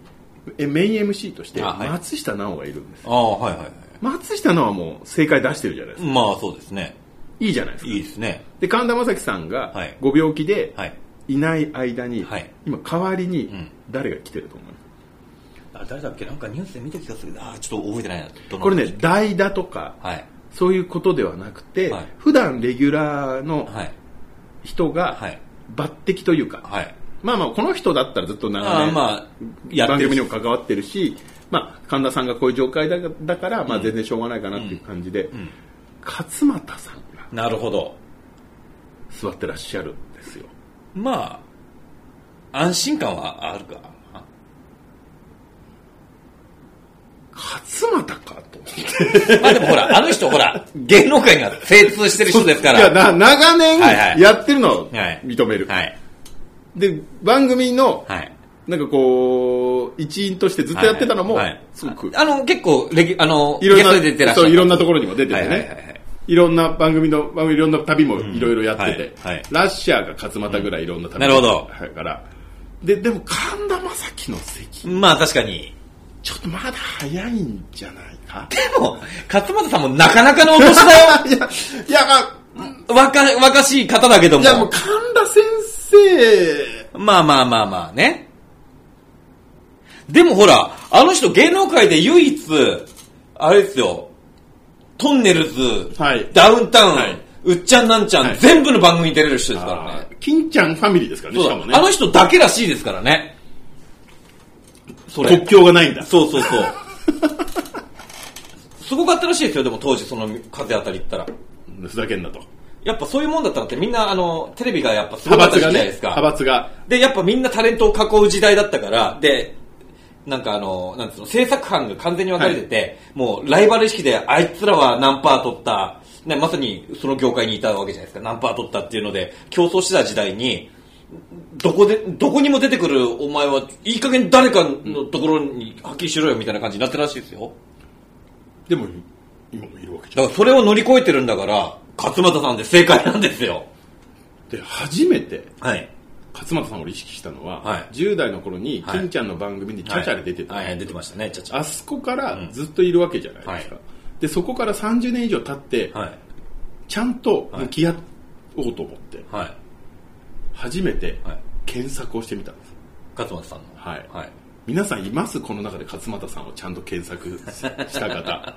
えメイン MC としてあはい松下奈緒がいるんです、ああ、はいはいはい。松下奈緒はもう正解出してるじゃないですか、まあそうですね。いいじゃないですかいいですね。で神田正輝さんがはいご病気ではい。いない間に、はい今代わりにん誰が来てると思います、あ誰だっけなんかニュースで見た気がするけどああ、ちょっと覚えてないな。どのこれね。代打とか、はい。そういうことではなくて、はい普段レギュラーのはい。人がはい抜擢というか、はい。まあまあこの人だったらずっと長ああ、年、まあ、やっ番てる組に人。も関わってるしまあ、神田さんがこういう状態だだから、まあ、全然しょうがないかなっていう感じで、ん勝俣さんがなるほど。座ってらっしゃるんですよまあ、安心感はあるか。勝俣かと思ってまあでもほら、あの人ほら、芸能界には精通してる人ですか *laughs* いやなら。長年はいはいやってるのをはい認める、はい。で番組の、はい。なんかこう一員としてずっとやってたのも、はいはいすごくあの、結構、レギュあの、いろんゲストで出てらなっしゃそうる。いろんなところにも出ててね、はいいはいはいはい。ろんな番組の番組いろんな旅もいろいろやってて、うんはいはいラッシャーが勝俣ぐらいいろんな旅、なるほどはいからででも神田正輝の席まあ確かに。ちょっとまだ早いんじゃないかでも、勝俣さんもなかなかのお年だよ。*laughs* *laughs* いやいや、まあ若、若しい方だけどもい。やもう神田先生まあまあまあまあね。でもほら、あの人芸能界で唯一、あれですよ、トンネルズ、はいダウンタウン、はいうっちゃんなんちゃん、はい全部の番組に出れる人ですからね。金ちゃんファミリーですからねそしうかだ、もねあの人だけらしいですからね。それ。国境がないんだそうそうそう。すごかったらしいですよ、でも当時その風当たりったら。ふざけんなとやっぱそういうもんだったらってみんなあの、テレビがやっぱすごか派閥ったじゃがないねですか。派閥がで、やっぱみんなタレントを囲う時代だったから、で、なんかあの、なんつうの、制作班が完全に分かれてて、もうライバル意識であいつらは何パー取った、ね、まさにその業界にいたわけじゃないですか、何パー取ったっていうので、競争してた時代に、どこで、どこにも出てくるお前はいい加減誰かのところにはっきりしろよみたいな感じになってるらしいですよ。でも今もいるわけじゃだからそれを乗り越えてるんだから、勝俣さんで正解なんですよ。んで初めてはい。勝俣さんを俺意識したのは、はい10代の頃にはい金ちゃんの番組にチャチャで出てた、はい、はい、出てましたね、ちゃちゃ。あそこからずっといるわけじゃないですか、はでそこから30年以上経って、はい。ちゃんと向き合おうと思ってはい。初めてはい検索をしてみたんです勝俣さんの。はいはい。皆さんいますこの中で勝俣さんをちゃんと検索した *laughs* 方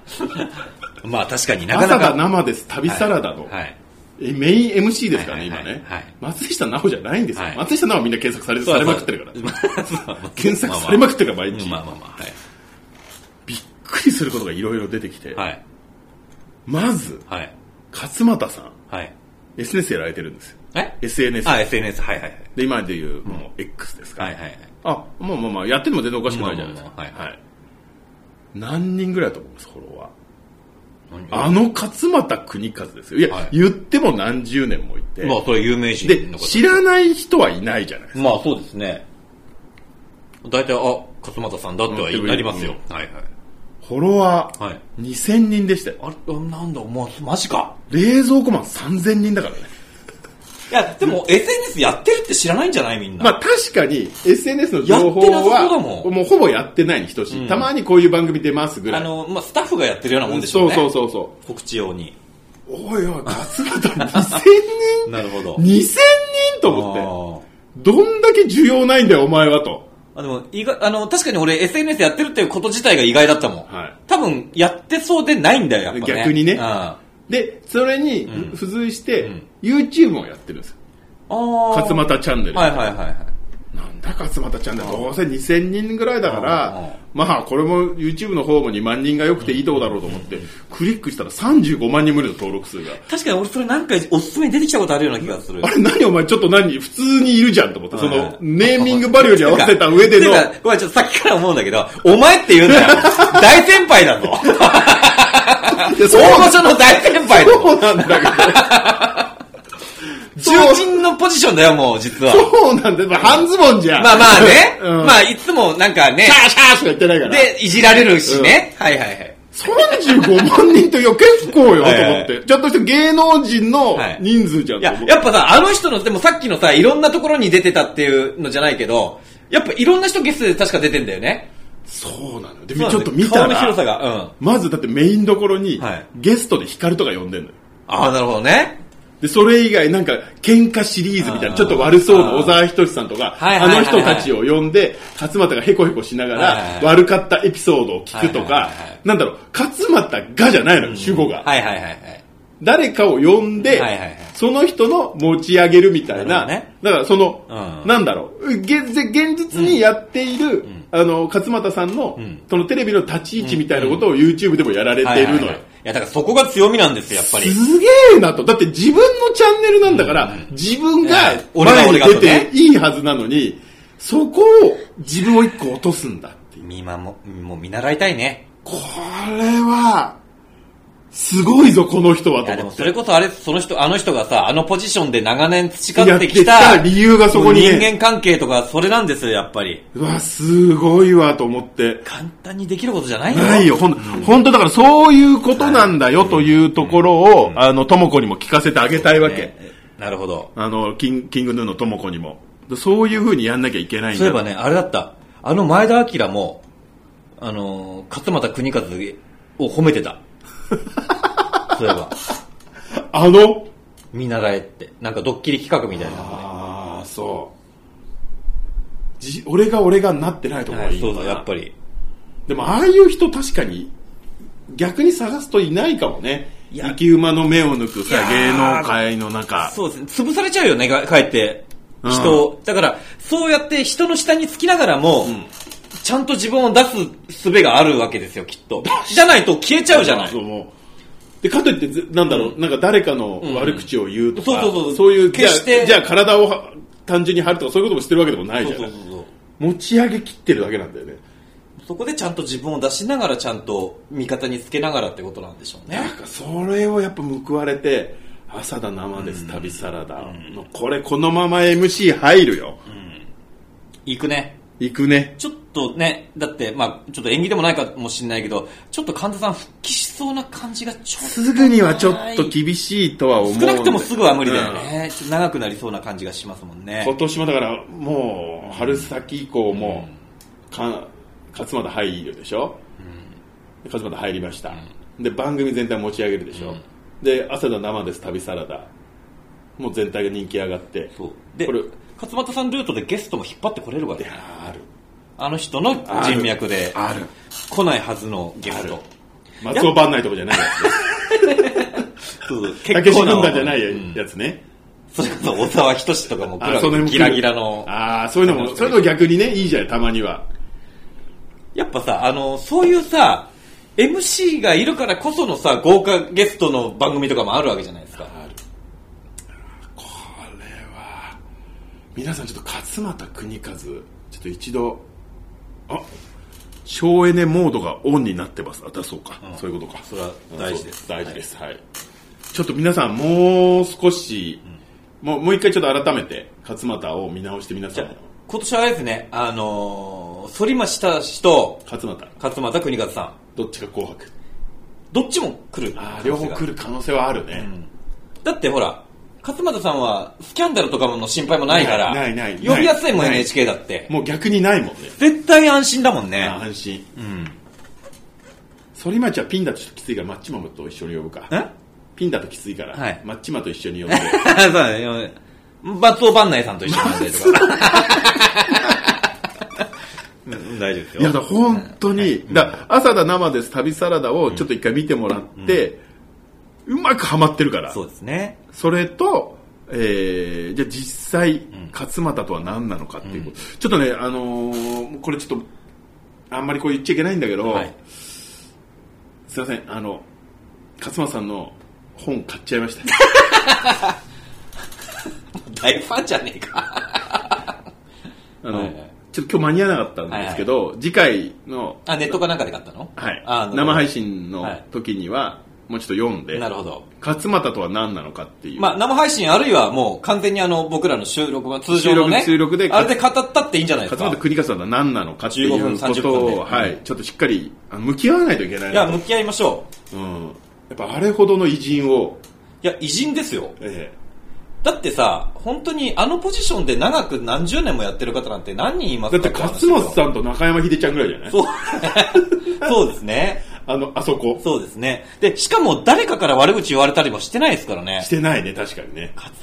まあ確かになか朝なだか。生です旅サラダの、はい。えメイン MC ですからね、はいはいは今いね、はい松下奈緒じゃないんですよ、はい松下奈緒はみんな検索されされまくってるから、ら検索されまくってるから、毎日、まあまあまあ。びっくりすることがいろいろ出てきて、はい。まず、はい。はい。勝俣さん、はい。 SNS やられてるんですよ、え SNS、あ、SNS。はいはいで今でいう、もう X ですかはい。はら、いはいはい。あまあまあまあ、やってるのも全然おかしくないじゃないですか、まあまあまあはい何人ぐらいだと思うんです、フォロワー。ああの勝俣国和ですよ、いや、はい言っても何十年もいて、まあそれ有名で人のこと知らない人はいないじゃないですか。まあそうですね。大体、あ、勝俣さんだってはなりますよ。はいはい。フォロワはーい2000人でしたよ、あれ、なんだ、もう、マジか。冷蔵庫マン3000人だからねいや、でも SNS やってるって知らないんじゃないみんな。まあ確かに SNS の情報やってなさそうだはもんうほぼやってないに等しい、たまにこういう番組出ますぐらあいの、まあスタッフがやってるようなもんでしそょううね。。そうそうそう告知用に。うおいおい勝俣2000人 *laughs* なるほど。 2000人と思ってどんだけ需要ないんだよお前はとあでも意外あの確かに俺 SNS やってるっていうこと自体が意外だったもん、はい多分やってそうでないんだよやっぱ、ね、逆にねうんあでそれに付随して、ん YouTube もやってるんですよあ勝俣チャンネル、はいはいはいはいなんだ勝俣ちゃんだどうせ2000人ぐらいだかうんうんらまあこれも YouTube の方も2万人が良くていいとこだろうと思ってクリックしたら35万人無理の登録数が確かに俺それ何回おすすめに出てきたことあるような気がするあれ何お前ちょっと何普通にいるじゃんと思ってそはいのネーミングバリューに合わせた上でのてかてかごめんちょっとさっきから思うんだけどお前って言 *laughs* うんだよ大先輩だぞいやそう大御所の大先輩だぞ *laughs* そうなんだけど重鎮のポジションだよもう実はそうなんだよまあ半ズボンじゃんまあまあね、うんまあいつもなんかねシャーシャーしか言ってないからでいじられるしね、はいはいはい35万人といや結構よと思っはいはいてちゃんとした芸能人の人数じゃんいとや思っ、てやっぱさ、あの人の、でもさっきのさ、いろんなところに出てたっていうのじゃないけど、やっぱいろんな人ゲストで確か出てんだよね。そうなのよでそうなちんだょよっと見たら顔の広さが。うん。まずだってメインどころにはいゲストで光とか呼んでんのよああ、なるほどね。でそれ以外なんか喧嘩シリーズみたいなちょっと悪そうな小沢仁志さんとかはいあはいはいはいの人たちを呼んで勝俣がへこへこしながはいはいはらい悪かったエピソードを聞くとはいかはいはいはいなんだろう勝俣がじゃないのよ主語がはいはいはいはい。誰かを呼んで、はいはいはいその人の持ち上げるみたいな、なるほどねだからその、うんなんだろう、現現実にやっている、あの、勝俣さんの、んそのテレビの立ち位置みたいなことを YouTube でもやられているのよ。はいはいはいいや、だからそこが強みなんですよ、やっぱり。すげえなと。だって自分のチャンネルなんだから、自分がね俺が前に俺がと出ねていいはずなのに、そこを自分を一個落とすんだっていう。見守、もう見習いたいね。これは、すごいぞ、この人はいとや、で思もっそて。れこそあれ、その人、あの人がさ、あのポジションで長年培やっっててききた、た理由がそこにねもう人間関係とか、それなんですよ、やっぱり。うわ、すごいわ、と思って。簡単にできることじゃないよ。ないよ、ほん、ほんとだからそういうことなんだよというところを、あの、ともこにも聞かせてあげたいわけね。なるほど。あの、キンキングヌーのともこにも。そういう風にやんなきゃいけないんだそういえばね、あれだった。あの前田明も、あのー、勝俣国和を褒めて *laughs* た。そういえば、あの、見習えって。なんかドッキリ企画みたいな。ああそうじ俺が俺がなってないところがはいい、いのそうかそなう、やっぱり。でもああいう人確かに逆に探すといないかもねいや生き馬の目を抜くさいや芸ー能界の中そうですね。潰されちゃうよね、が帰って。うん人を。だから、そうやって人の下につきながらも、ちゃんと自分を出す術があるわけですよ、きっ *laughs* と。じゃないと消えちゃうじゃない。そうもうでかといってずなんだろう、なんか誰かの悪口を言うとか、そうそうそういうじゃあ決してじゃあ体をは単純に張るとかそういうこともしてるわけでもないそじうゃそなういそうそう。持ち上げきってるだけなんだよねそこでちゃんと自分を出しながら、ちゃんと味方につけながらってことなんでしょうね。なんかそれをやっぱ報われて朝だ生です、旅サラダ、のこれこのまま MC 入るよ、行くね。行くねちょっとね、だって、まあちょっと縁起でもないかもしれないけど、ちょっと患者さん復帰しそうな感じがちょっと。すぐにはちょっと厳しいとは思う少なくともすぐは無理だよね。ちょっと長くなりそうな感じがしますもんうねん、。今年もだからもう春先以降も、か勝俣入るでしょ、で勝俣入りました、で番組全体持ち上げるでしょ、で朝だ生です旅サラダもう全体が人気上がってそう。でこれ、勝俣さんルートでゲストも引っ張ってこれるわけいや。ーあるあの人の人脈である来ないはずのゲスあトる。松尾番内とかじゃないやつねそ *laughs* うそう竹志軍団じゃなういんやつね、それこそ小沢仁志とかも来るあその辺わもけギラギラの。ああそういうのもそういうの逆にねいいじゃんたまにはやっぱさ、あの、そういうさ、MC がいるからこそのさ、豪華ゲストの番組とかもあるわけじゃないですか。これは皆さんちょっと勝俣国和ちょっと一度あ省エネモードがオンになってますあだそうか、そういうことかそれは大事ですそう大事ですはい、ちょっと皆さんもう少し、もうもう一回ちょっと改めて勝俣を見直して皆さん今年はあれですね、あのー、反町隆史と勝俣勝俣国和さん、どっちが紅白どっちも来る。あー両方来る可能性はあるね、だってほら、勝俣さんはスキャンダルとかの心配もないから、ないないない呼びやすいもんない NHK だって。もう逆にないもんね絶対安心だもんね。安心うん。反町はピンだとちょっときついからマッチマムと一緒に呼ぶかえピンだときついから、はいマッチマと一緒に呼んでそうだね。松尾番内さんと一緒になったり *laughs* とか。うん大丈夫ですいやだ本当に、だ朝だ生です旅サラダをちょっと一回見てもらって、うまくはまってるからそうですね。それと、えーじゃあ実際勝俣とは何なのかっていうこと、ちょっとねあのーこれちょっとあんまりこう言っちゃいけないんだけど、はい。すいませんあの勝俣さんの本買っちゃいました大ファンじゃねえか。あの、はいはいちょっと今日間に合わなかったんですけど、次回のあ、ネットかなんかで買ったのはいあなるほど生配信の時には、もうちょっと読んでなるほど。勝俣とは何なのかっていう、まあ、生配信あるいはもう完全にあの、僕らの収録は通常のね、収録であれで語ったっていいんじゃないです勝か俣。国和さんとは何なのかってい15分うこ30と分でを、はい、ちょっとしっかりあの向き合わないといけないいや、なと向き合いましょう。うん、やっぱあれほどの偉人を、いや、偉人ですよ。えだってさ、本当にあのポジションで長く何十年もやってる方なんて何人いまえだすっかて勝俣さんと中山秀ちゃんぐらいじゃないそう。 *laughs* そうですね。あのあそこそうですね。で、しかも誰かから悪口言われたりもしてないですからねし。てないね確かにね勝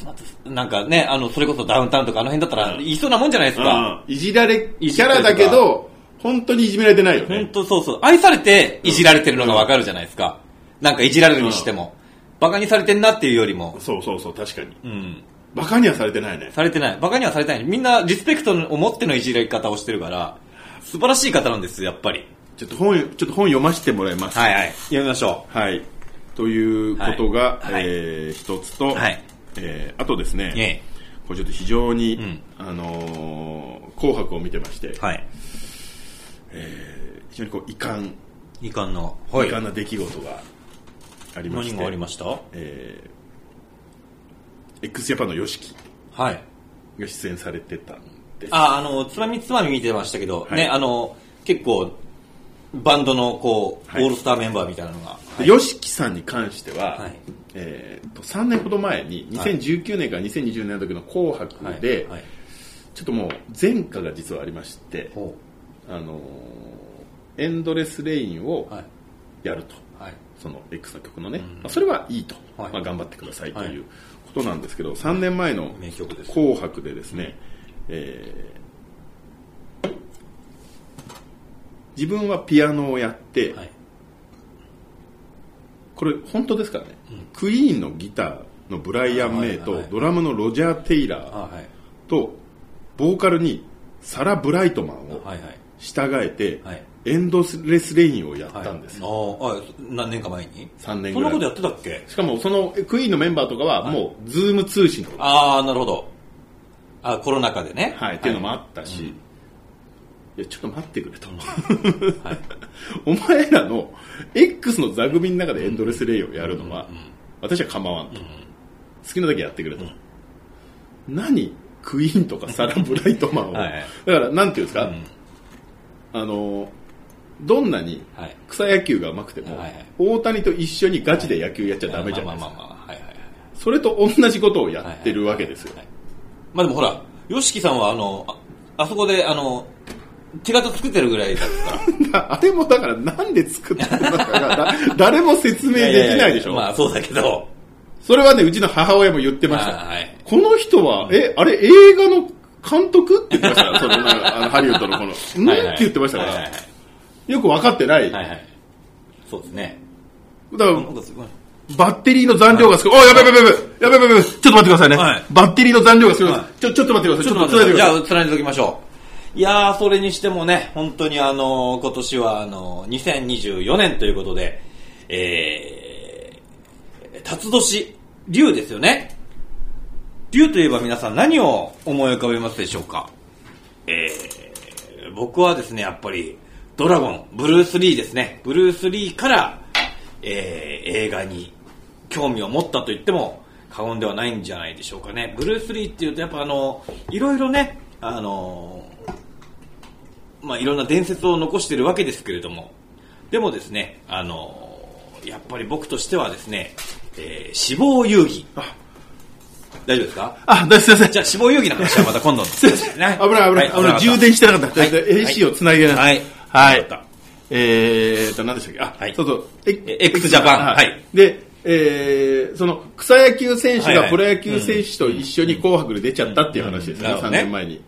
俣、なんかね、あの、それこそダウンタウンとかあの辺だったら言いそうなもんじゃないですか。うんいじられいキじっャたりラとかだけど本当にいじめられてないよ本ね当そうそう。愛されていじられてるのがわかるじゃないですか。なんかいじられるにしても。バカにされてんなっていうよりも、そうそうそう確かにうん、バカにはされてないねされてない。バカにはされてない。みんなリスペクトを持ってのいじられ方をしてるから、素晴らしい方なんです、やっぱり。ちょっと本ちょっと本読ませてもらいますはいはい。読みましょはい、ということが、はいはいえー一つと、はいえーあとですね、う。えこれちょっと非常に、んあのー紅白を見てまして、え。はい。えー非常にこう遺憾、遺憾の。遺憾な出来事がありまして何がありましたはえー x ジャパンの YOSHIKI い。が出演されてたんですあ、あの、つまみつまみ見てましたけど、はいね、あの、結構、バンドの、こう、はいオールスターメンバーみたいなのが。で YOSHIKI さんに関しては、はいえーと3年ほど前に2019年から2020年の時の「紅白はい。で」はい。ちょっともう前科が実はありまして、ほあのーエンドレスレインをう。はい。やると、はい。その X の曲のね、んまあ、それはいいと、はいまあ、頑張ってくださいとはいいうことなんですけど、3年前の名曲です紅白でですね、えー自分はピアノをやって、はい。これ本当ですからね、クイーンのギターのブライアン・メイはいはいとはいドラムのロジャー・テイラーあはい。とボーカルにサラ・ブライトマンをはいはい。従えて、はい。エンドレスレインをやっはいたんですよ、ああ、あ何年か前に3年そぐらんないことやってたっけしかもそのクイーンのメンバーとかはもうズーム通信とか、ああ、なるほど。あコロナ禍でね。はいっていうのもあったし、いやちょっと待ってくれと、 *laughs* お前らの X の座組の中でエンドレスレイをやるのは、私は構わんと、好きなだけやってくれと、何クイーンとかサラ・ブライトマンをはいはいだからなんていうんですか、うんあのどんなにはい。はい。草野球が上手くても、はいはい大谷と一緒にガチで野球やっちゃダメじゃないですか、まあまあまあまあ、はいはいはい。それと同じことをやってるわけですよ、はいまあでもほら、ヨシキさんはあの、ああそこであの、手形作ってるぐらいだったか *laughs* ら。あれもだからなんで作ったのかが *laughs* だ誰も説明できないでしょ。まあそうだけど。それはね、うちの母親も言ってました。まあはい。この人は、え、あれ映画の監督って言ってました *laughs* から、そのなんかあのハリウッドのこの、うん、はいはいって言ってましたかはいはらい、よく分かってない。はだかいはい。そうですね。ら、なんかすごいバッテリーの残量が少ない。お、やべやべやべやべやべやべやべちょっと待ってくださいね。はいバッテリーの残量が少ないは。ちょ、ちょっと待ってください。ちょっと待伝っえてくじだゃさいあ、貫いておきましょう。いやー、それにしてもね、本当にあのー今年はあのー2024年ということで、えー、辰年、竜ですよね。竜といえば皆さん何を思い浮かべますでしょうかえー、僕はですね、やっぱり、ドラゴン、ブルース・リーですね。ブルース・リーから、えー、映画に興味を持ったと言っても過言ではないんじゃないでしょうかね。ブルース・リーっていうと、やっぱあの、いろいろね、あのまあ、いろんな伝説を残してるわけですけれども、でもですね、あのやっぱり僕としてはですね、えー、死亡遊戯。大丈夫ですかあ、だすいません。じゃあ死亡遊戯の話はま *laughs* た今度の。すいません。危危ない危ない。危ない充電してなかった。はい AC をつなげない。はいはい。よかったえーと、何でしたっけあ、はいそうそう。ええ X ジャパンはい。で、えーその、草野球選手はいはがいプロ野球選手と一緒に紅白で出ちゃったっていう話ですね、うんうんうん3年前に。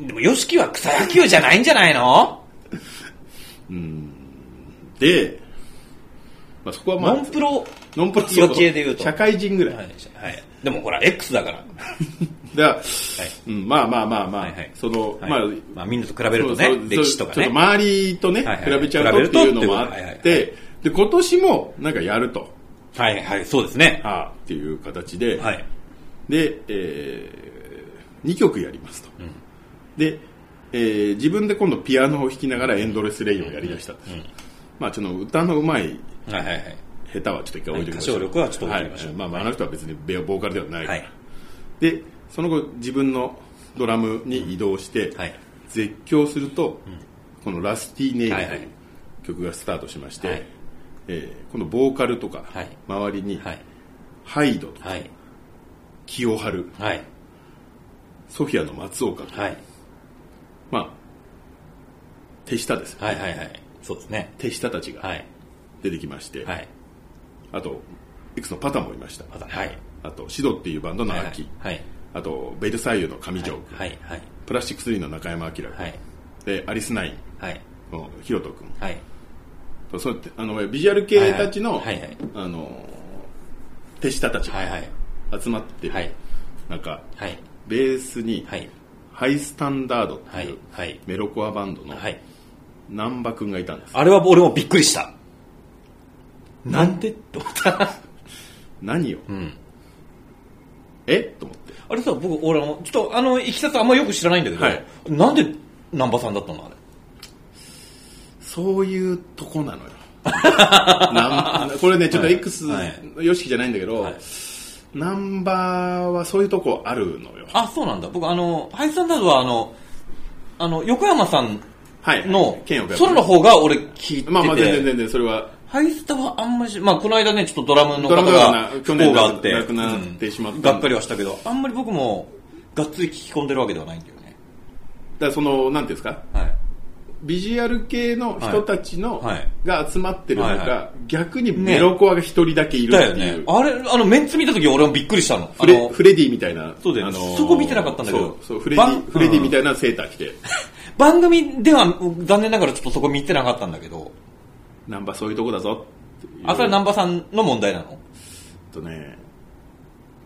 でも、ヨシキは草野球じゃないんじゃないので、まあそこはまあ、ノンプロ。ノンプロ余計で言うと社会人ぐらい。はい。でもほら、X だから。だから、うん、まあまあまあまあ、はいはいその、はいまあ、まあ、みんなと比べるとねそうそう、歴史とかちょっねと。周りとね、はいはい比べちゃうとっていうのもあっ、比べるとってていうで、今年もなんかやると、はいはい、そうですね。ああっていう形で、はい。で、え2曲やりますと、で、えー自分で今度ピアノを弾きながらエンドレスレインをやりだしたんです、まあちょっと歌のうまいはいはいはい。下手はちょっと一回置いておきましょう、はい歌唱力はちょっと置いときましょうはいまあまああの人は別にベボーカルではない、はい。でその後自分のドラムに移動して、はい絶叫すると、この「ラスティネイル」とはいいはいう曲がスタートしまして、はいえーこのボーカルとかはい周りに、はい。ハイドとかはい。清春はい。ソフィアの松岡とかはい。まあ、手下ですよはいはいはい。そうですね。手下たちがはい。出てきまして、はい。あと、X のパタもいました。また、はい。あと、シドっていうバンドのはい。秋、はい。あと、ベルサイユの上条、はい。はい。プラスチックスリーの中山明、はい。で、アリスナインはい。のヒロト君はい。そうやってあの、ビジュアル系たちの、はいはいはいはいあの、手下たちはいはいが集まって、はいなんかはいベースにはいハイスタンダードってはいいうはいメロコアバンドのはい難波君がいたんですあれは俺もびっくりしたなんでって思った何をうんえと思って *laughs* あれさ僕俺あのちょっとあのいきさつあんまよく知らないんだけど、はいなんで難波さんだったのあれそういうとこなの *laughs* よなんこれねちょっとはい X はいよしきじゃないんだけど、はいナンバーはそういうとこあるのよあそうなんだ僕あのハイスタンダードはあのあの横山さんはいの剣をソロの方が俺聞いてて、まあまあ全然全然それはハイスタはあんまりし、まあ、この間ね、ちょっとドラムドの方ラムがが不去幸年があって、亡くなってしまったうんがっかりはしたけど、あんまり僕も、がっつり聞き込んでるわけではないんだよね。だからそのなんていうんですかはい。ビジュアル系の人たちの、はいはいが集まってる中、はいは逆にメロコアが一人だけいるっだてよいねう、。あれ、あの、メンツ見た時俺もびっくりしたの。あフレの、フレディみたいなそうだよねそこ見てなかったんだけどそうそうフレデバンィフレディみたいなセーター着て、番組では残念ながらちょっとそこ見てなかったんだけど、ナンバーそういうとこだぞっていうあ、それはン波さんの問題なのとね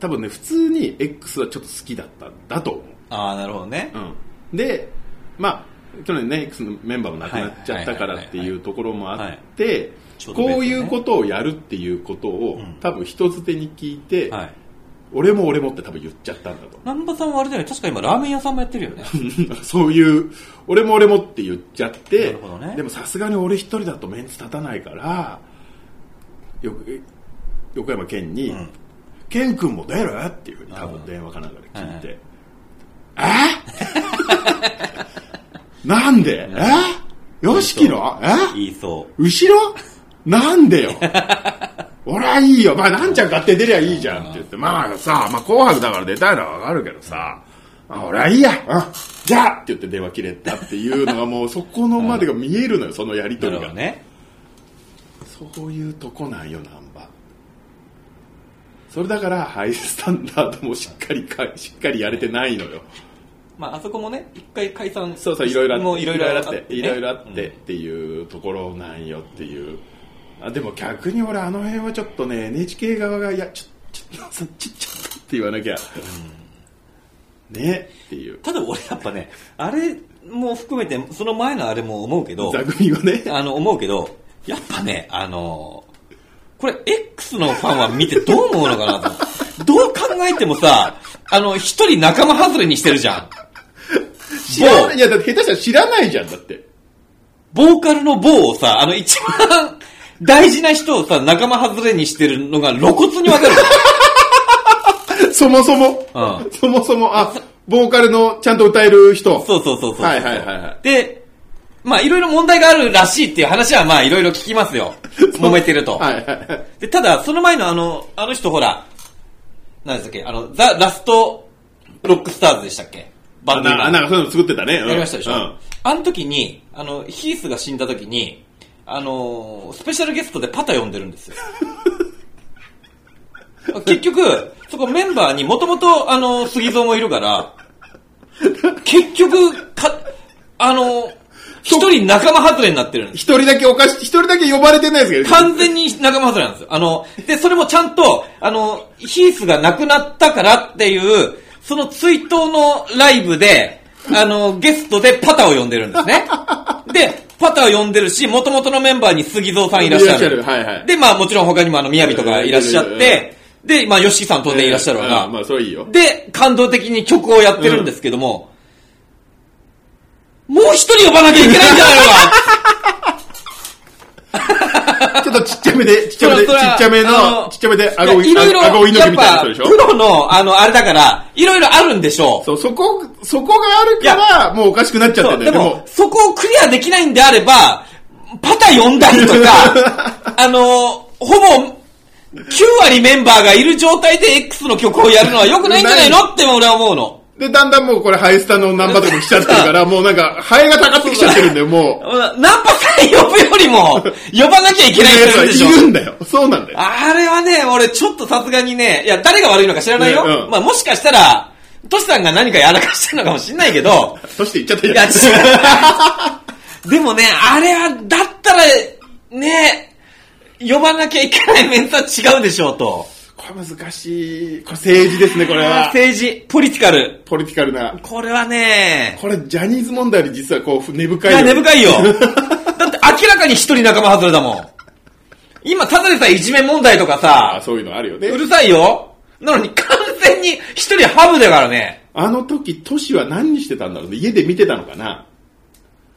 多分ね普通に X はちょっと好きだったんだと思う、ああ、なるほどね。うん、でまあ去年ね X のメンバーも亡くなっちゃったからはいはいはいはいっていうところもあはいって、ちょうどこ別にねういうことをやるっていうことを、うん多分人づてに聞いて、はい。俺も俺もって多分言っちゃったんだと南波さんはあれだよね、確か今ラーメン屋さんもやってるよね。そういう、俺も俺もって言っちゃっなてるほど、ねでもさすがに俺一人だとメンツ立たないから、よく横山健に、うん健君も出るっていうふうに多分電話かなんかで聞いて、え *laughs* なんでえよしきのえ言いそう。後ろなんでよ俺はいいよ。まあ、なんちゃん勝手に出りゃいいじゃんって言って、まあさ、まあ、紅白だから出たいのはわかるけどさ、まあ、俺はいいや。うんじゃあって言って電話切れたっていうのがもう、そこのまでが見えるのよ、そのやりとなりるが。ほどね。そういうとこなんよ、ナンバー。それだから、ハイスタンダードもしっかりか、しっかりやれてないのよ。まあ、あそこもね、一回解散。そうそう、いろいろあって。もういろいろあいろいろあっ。ってて。いろいろあってっていうところなんよっていう。あでも逆に俺あの辺はちょっとね、NHK 側が、いや、ちょ、ちょ、ちょ、ちょ、ちょっとって言わなきゃ。ねっていう。ただ俺やっぱね、あれも含めて、その前のあれも思うけど、座組はね。あの、思うけど、やっぱね、あのこれ X のファンは見てどう思うのかなと。どう考えてもさ、あの、一人仲間外れにしてるじゃん。知らない。いや、だって下手したら知らないじゃん、だ *laughs* って。ボーカルの某をさ、あの一番 *laughs* 大事な人をさ、仲間外れにしてるのが露骨にわかるじそもそも。ゃん。うん。そもそも、あ、ボーカルのちゃんと歌える人。そうそうそうそう。はいはいはいはい。で、まあいろいろ問題があるらしいっていう話はまあいろいろ聞きま *laughs* すよ。揉めてると。はいはいはい。で、ただ、その前のあの、あの人ほら、何でしたっけ、あの、ザ・ラスト・ロックスターズでしたっけバンドな今なんかそういうの作ってたね。ややりましたでしょ、うんあの時に、あの、ヒースが死んだ時に、あのースペシャルゲストでパタ呼んでるん *laughs* ですよ。結局、そこメンバーにもともと、あのー、杉蔵もいるから、結局、か、あのー一人仲間外れになってるんです一人だけおかし、一人だけ呼ばれてないですけど。完全に仲間外れなんですよ。あの、で、それもちゃんと、あの、ヒースが亡くなったからっていう、その追悼のライブで、あの、ゲストでパタを呼んでるんですね。で、パタを呼んでるし、元々のメンバーに杉蔵さんいらっしゃいる。らっしゃるはいはいで、まあもちろん他にもあの、宮城とかいらっしゃっうんうんて、で、まあ、ヨシキさん当然いらっしゃるわうがん、まあ、それいいよ。で、感動的に曲をやってるんですけども、もう一人呼ばなきゃいけないんじゃないのかちょっとちっちゃめで、ちっちゃめで、ちそっれはちゃめあの、のちっちゃめで、いあやごいろいろ、あごいのやきっみたいなぱ、人でプしょロの、あの、あれだから、いろいろあるんでしょう。そう、そこ、そこがあるから、もうおかしくなっちゃってそんうだよ。ででもも、、そこをクリアできないんであれば、パタ呼んだりと *laughs* か、あの、ほぼ、9割メンバーがいる状態で X の曲をやるのは良くないんじゃないのって俺は思うの。で、だんだんもうこれ、ハエスタのナンバーとかも来ちゃってる *laughs* から、もうなんか、ハエが高ってきちゃってるんだよ、も。ナンパさん呼ぶよりも、呼ばな *laughs* きゃいうけない人いるでしょいるんだよ。そうなんだよ。あれはね、俺ちょっとさすがにね、いや、誰が悪いのか知らないよ。ねうんまあもしかしたら、トシさんが何かやらかしてるのかもしんないけど、そして言っちゃったいじゃや、ん。違 *laughs* うでもね、あれは、だったら、ね、呼ばなきゃいけないメンツは違うでしょうと。これ難しい。これ政治ですね、これは。政治、ポリティカル。ポリティカルな。これはね、これ、ジャニーズ問題より実はこう、根い深い。や、根深いよ。だって明らかに一人仲間外れだもん。今、ただでさえいじめ問題とかああ、さ、そういうのあるようね。るさいよ。なのに完全に一人ハブだからね。あの時、トシは何してたんだろうね。家で見てたのかな。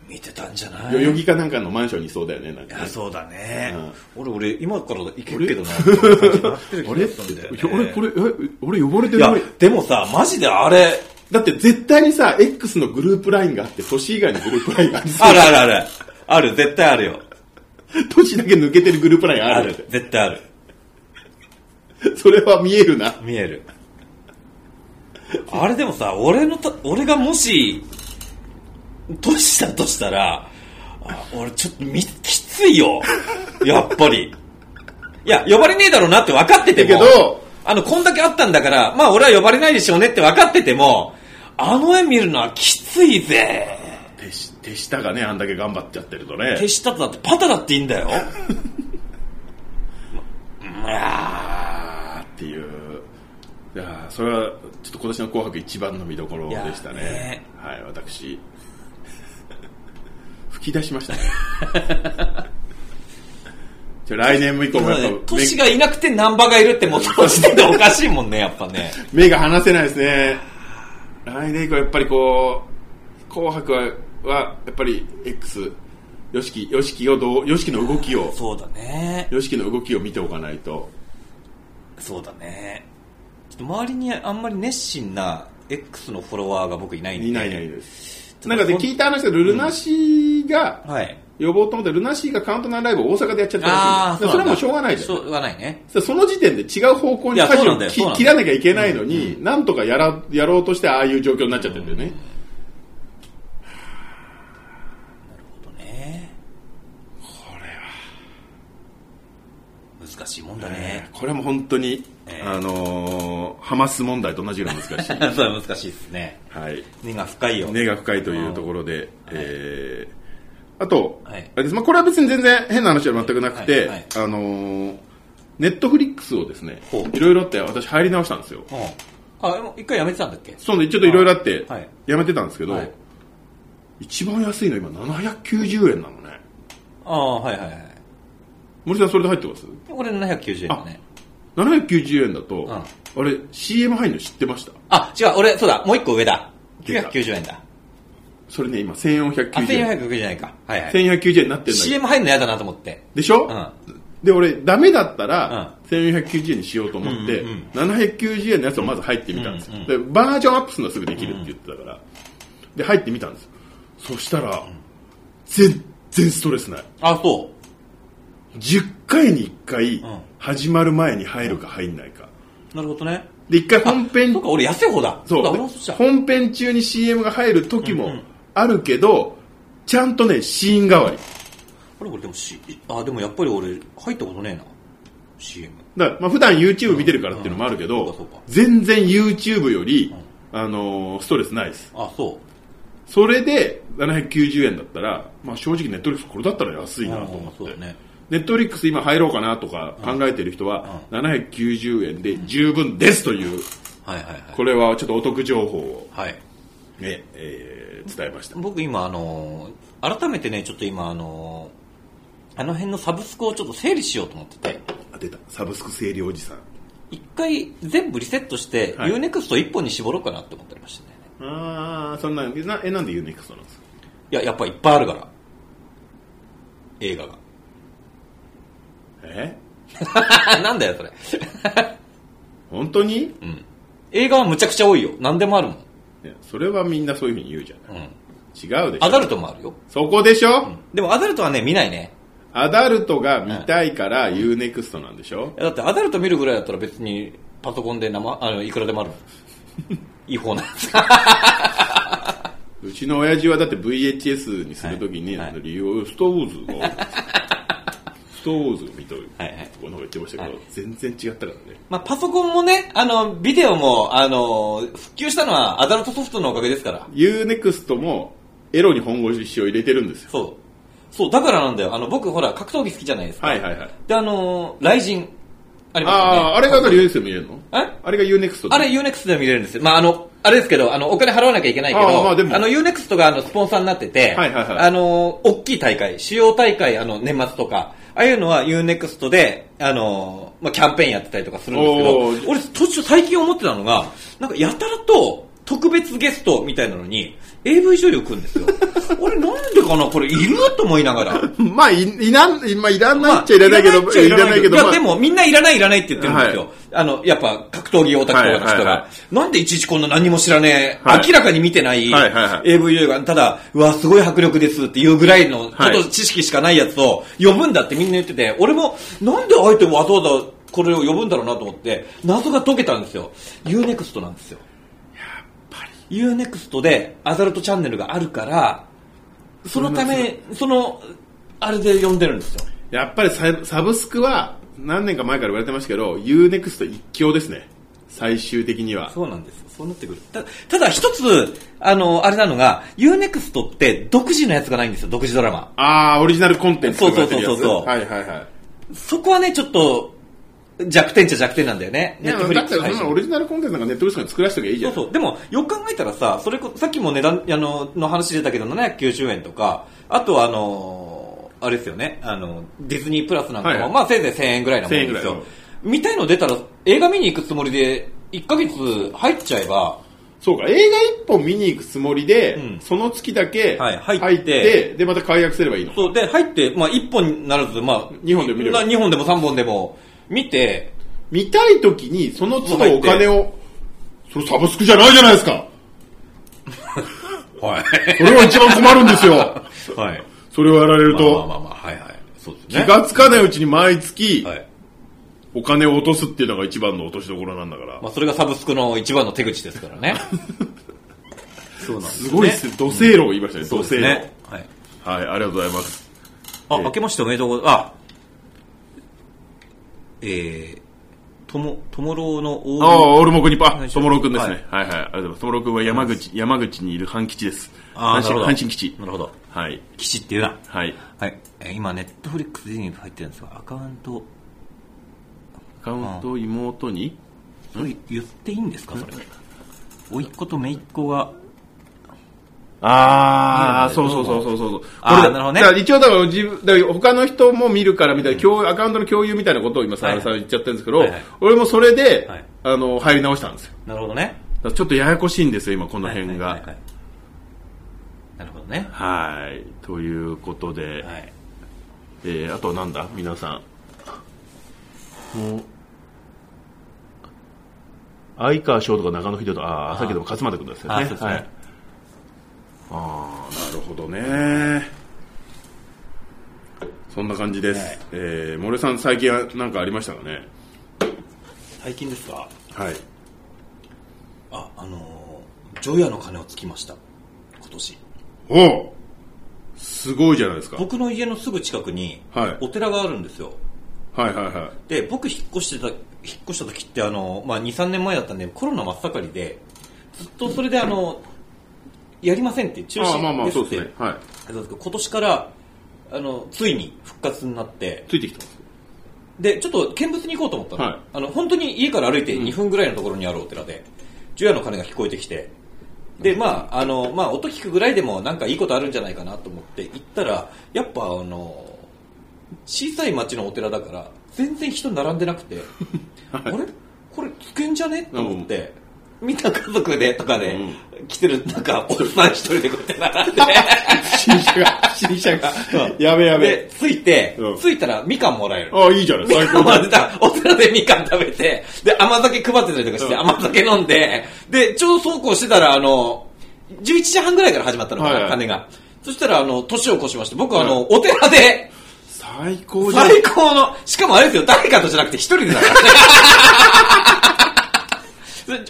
見てたんじゃな代々木かなんかのマンションにいそうだよね、なんいかねや、そうだね。俺、俺、今から行けるけどな。ああれ俺、これ、え俺呼ばれていやない。、でもさ、マジであれ、だって絶対にさ、X のグループラインがあって、トシ以外のグループラインがあ *laughs* って、あるあるある。ある、絶対あるよ。トシだけ抜けてるグループラインああるる、絶対ある。それは見えるな。見える。あれでもさ、俺のた、俺がもし、どうしたとしたら、あ俺ちょっとみ、きつい *laughs* よ。やっぱり。いや、呼ばれねえだろうなって分かってても。だけどあの、こんだけあったんだから、まあ俺は呼ばれないでしょうねって分かってても、あの絵見るのはきついぜ。手し手下がね、あんだけ頑張っちゃってるとね。手下とだってパタだっていいんだよ。 *laughs* ままあっていう。いやーそれは、ちょっと今年の紅白一番の見どころでしたね。いやーねはい、私、 *laughs* 吹き出しましたね。 *laughs* ちょ来年も以降もやっぱ都市がいなくてナンバがいるってもうその時点でおかしいも *laughs* んね、やっぱね。目、目が離せないですね。来年以降やっぱりこう、紅白は、はやっぱり X、よしき、よしきをどう、よしきの動きを、そうだね。よしきの動きを見ておかないと。そうだね。ちょっと周りにあんまり熱心な X のフォロワーが僕いないんで。いないいないです。なんかで聞いた話でルルナシーが、はい。呼ぼうと思って、ルナシーがカウントナインライブを大阪でやっちゃったらあしいんだよだあ、からそれはもうしょうがないじしゃょん。うがないね。そその時点で違う方向にいや舵そうなをんだよきそうなんだ切らなきゃいけないのに、なんとかやらやろうとしてああいう状況になっちゃってるんだよね。そうね。これは。難しいもんだね。これも本当に、ええ。あのーハマス問題と同じぐらい難しい *laughs* それは難しいですね。はい。根が深いよ。根が深いというところで、えーあと、はいあれですまあ、これは別に全然変な話は全くなくて、はいはいあのーネットフリックスをですねほ、ういろいろあって私入り直したんですよ。うん。あ、でも一回やめてたんだっけそうね、ちょっといろいろあってはい、やめてたんですけど、はい一番安いの今790円なのね。ああ、はいはいはい。森さんそれで入ってます俺790円だね。 ?790 円だと、んあれ、CM 入るの知ってましたあ、違う、俺、そうだ、もう一個上だ。出た990円だ。それね、今あ、 1490円。 1490円じゃないか。はいはい。 1490円になってるんだけど CM 入るの嫌だなと思って。でしょ、うん。で、俺、ダメだったら、1490円にしようと思って、うんうん790円のやつをまず入ってみたんですよ、うんうんで。バージョンアップするのはすぐできるって言ってたから、で、入ってみたんですよ。そしたら、全然ストレスない。あ、そ10回に1回うん始まる前に入るか入んないかう。なるほどね。で1回本編そうか、俺安い方だ。そだ、俺もうそうした。本編中に CM が入る時うんうもんあるけどちゃんとねシーン代わり俺、俺でも C、あ、でもやっぱり俺、入ったことねえな。CM。だからまあ普段 YouTube 見てるからっていうのもあるけうんうんどそうかそうか全然 YouTube よりあのーストレスないですあ、そそれで790円だったらまあ正直ネットリックスこれだったら安う。いなとうん思そうってだね。ネットリックス今入ろうかなとか考えてる人は790円で十分ですというはいはいはい。これはちょっとお得情報をはい。ね、えー伝えました。僕今、あのー、改めてね、ちょっと今、あのー、あの辺のサブスクをちょっと整理しようと思ってて。あ、出た。サブスク整理おじさん。一回全部リセットして、はい UNEXT 一本に絞ろうかなって思っておりましたね。ああ、そんな、なえ、なんでユーネクストなんですかいや、やっぱいっぱいあるから。映画えが。 *laughs* なんだよ、それ。本当に、い映画はむちゃくちゃ多いよ。何でもあるもん。やそれはみんなそういうふうに言うじゃない。うん。違うでしアょ。ダルトもあるよ。そこでしょ、でもアダルトはね、見ないね。アダルトが見たいからユーネクストなんでしょいやだってアダルト見るぐらいだったら別にパソコンで生、あの、いくらでもあるもん。 *laughs* 違法な *laughs* やつ。うちの親父はだって VHS にするときに、はいあの理由をストーンウォーズが、ストーンウォーズを見とる。はいはいこの方が言ってましたけど、はい全然違ったからね。まあ、パソコンもね、あの、ビデオも、あの、復旧したのはアダルトソフトのおかげですから。ユーネクストもエロに本腰を入れてるんですよ。そう。そう、だからなんだよ。あの、僕ほら、格闘技好きじゃないですか。はいはいはい。で、あのー、雷神、ありますよね。ああー、あれがだから UNEXT で見れるのえあれが UNEXT あれ UNEXT で見れるんですよ。まあ、あの、あれですけど、あの、お金払わなきゃいけないけど、ああまあでもの、UNEXT があの、スポンサーになってて、はいはいはいあの、大きい大会、主要大会、あの、年末とか、ああいうのは UNEXT で、あの、まあ、キャンペーンやってたりとかするんおですけーど、俺、途中最近思ってたのが、なんか、やたらと、特別ゲストみたいなのに、AV 女優来るんです *laughs* よ。俺、なんでかなこれ、いると思いながら。まあ、いいなん、いまあ、いらないっちゃいらないけど、まあいらないっちゃいらないけど、いまや、あでもみんないらないいらないって言ってるんですよ。はあの、やっぱ格闘技オタクとかのは人いはいはが。なんでいちいちこんな何も知らねえ、はい明らかに見てないはいはいはい AV 映画、ただ、うわ、すごい迫力ですっていうぐらいの、ちょはっいと知識しかないやつを呼ぶんだってみんな言ってて、俺も、なんであえてわざわざこれを呼ぶんだろうなと思って、謎が解けたんですよ。UNEXT なんですよ。UNEXT でアダルトチャンネルがあるから、そのため、その、あれで呼んでるんですよ。やっぱりサブサブスクは、何年か前から言われてましたけど、UNEXT 一強ですね。最終的には。そうなんです。そうなってくる。たただ一つ、あの、あれなのが、UNEXT って独自のやつがないんですよ、独自ドラマ。ああ、オリジナルコンテンツとかやってるやつそうそうそうそうはいはいはい。そこはね、ちょっと、弱点っちゃ弱点なんだよね。いや、だっ Netflix たら配そんな信オリジナルコンテンツなんかネットフリックスに作らせときゃいいじゃそん。うそう。でも、よく考えたらさ、それこ、さっきも値段、あの、の話出たけど、790円とか、あとはあの、あれですよね、あの、ディズニープラスなんかも、はいはいまあせいぜい1000円ぐらいなもんで1000円すぐらいよ。見たいの出たら、映画見に行くつもりで、1ヶ月入っちゃえば、そうか、映画一本見に行くつもりで、うんその月だけはい入入っ、っててで、また解約すればいいの。そう、で、入って、まあ、1本ならず、まあ、二本でも見ればな二本でも3本でも見て、見たい時に、その都も度う入おって金を、それサブスクじゃないじゃないですか。 *laughs* はい。それは一番困るんです *laughs* よ。はい。それをやられると、まあまあまあまあ、はいはい。そうです気ね。がつかないうちに毎月、はい。お金を落とすっていうのが一番の落としどころなんだから。まあ、それがサブスクの一番の手口ですからね。 *laughs* そうなんですごいっすね。土星炉を言いましたね、土そうです星炉。はいね。はい。、ありがとうございます。あ、えー明けましておめでとうございます。あ、えー、とも、ともろうの大ああ、オルモクにパ、はあいトモロくんですね。はいはい、ありがとうございます。トモロくんは山口、山口にいる半吉です。あー阪神なるほど阪神基地。なるほど。はい。基地っていうな。はい。はい。えー今、ネットフリックスに入ってるんですが、アカウント、アカウント妹にそれ言っていいんですかそれ甥っ子と姪っ子がああ、いいそようねそうそうそうそうそう。あーこれなるほどねだから一応だから自分、だから他の人も見るからみたいな、共有アカウントの共有みたいなことを今、さはい原さん言っちゃってるんですけど、はいはい俺もそれで、はいあの、入り直したんですよ。なるほどねだからちょっとややこしいんですよ、今、このはいはい辺が。ははいいはいなるほどねということで、はいえーあとなんだ皆さん。もう、相川翔とか中野秀人、ああ、さっきでも勝俣君ですよあね。ーそうですねはいああ、なるほどね。そんな感じです。はいえー、森さん、最近はなんかありましたかね最近ですかはい。ああのー除夜の鐘をつきました今年おうすごいじゃないですか。はい僕の家のすぐ近くにはいお寺があるんですよはいはい。で僕引っ越してた引っ越した時ってあの、まあ、23年前だったんでコロナ真っ盛りでずっとそれであのやりませんって中ああ、まあま止あ、ですそうっでてすね。はい。そうですけど今年からあのついに復活になってついてきてます。でちょっと見物に行こうと思ったの,、はいあの本当に家から歩いて2分ぐらいのところにあるお寺で除夜の鐘が聞こえてきてでまああの、まあ、音聞くぐらいでもなんかいいことあるんじゃないかなと思って行ったらやっぱあの小さい町のお寺だから全然人並んで *laughs* なくて、あれこれつけんじゃねと思って、みんな家族でとかで、来てるなんかおっさん一人でこうやっ *laughs* て並んで新車が、新車 *laughs* がう。んやべやべで。、着いて、うん着いたらみかんもらえる。ああ、いいじゃない。み最かん *laughs* 高もらだって。た。お寺でみかん食べて、で、甘酒配ってたりとかして、うん甘酒飲んで、で、ちょうどそうこうしてたら、あの、11時半ぐらいから始まったのかはいはな、い鐘が。そしたら、あの、年を越しまして、僕はあの、お寺で、 *laughs* 最高じゃん。最高の、しかもあれですよ、誰かとじゃなくて一人でだからね。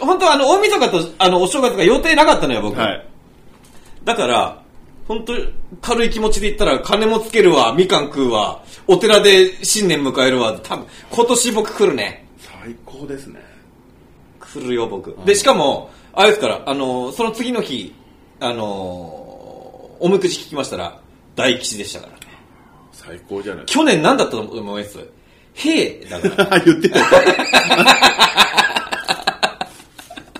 *laughs* 本当はあの、大晦日と、あの、お正月が予定なかったのよ、僕。はい。だから、本当に軽い気持ちで言ったら、金もつけるわ、みかん食うわ、お寺で新年迎えるわ、多分今年僕来るね。最高ですね。来るよ、僕。で、しかも、あれですから、あのーその次の日、あのーおみくじ聞きましたら、大吉でしたから。最高じゃない。去年何だったと思います兵だか *laughs* ら。あ言ってた。 *laughs*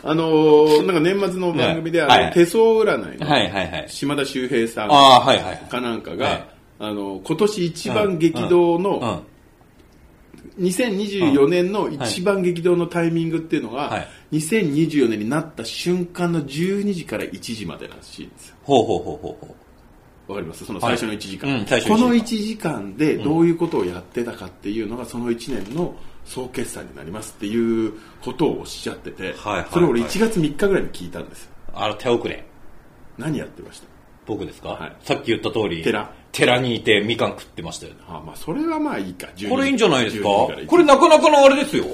あのーなんか年末の番組で、あの、はいはい手相占いの、 *laughs* はいはいはい。島田秀平さんああ、はいはいはい。かなんかが、はいあの今年一番激動の、うん。 2024年の一番激動のタイミングっていうのが、はい2024年になった瞬間の12時から1時までらしいんですよほうほうほうほうほわかりますその最初の1時間、はいうん最初のこ一時間の1時間でどういうことをやってたかっていうのが、その1年の総決算になりますっていうことをおっしゃってて、はいはいそれを俺1月3日ぐらいに聞いたんですよう。あの、手遅れ。何やってました僕ですか、はいさっき言った通り。寺。寺にいてみかん食ってましたよね。あまあそれはまあいいか12これいいんじゃないですか12から1これなかなかのあれですよ。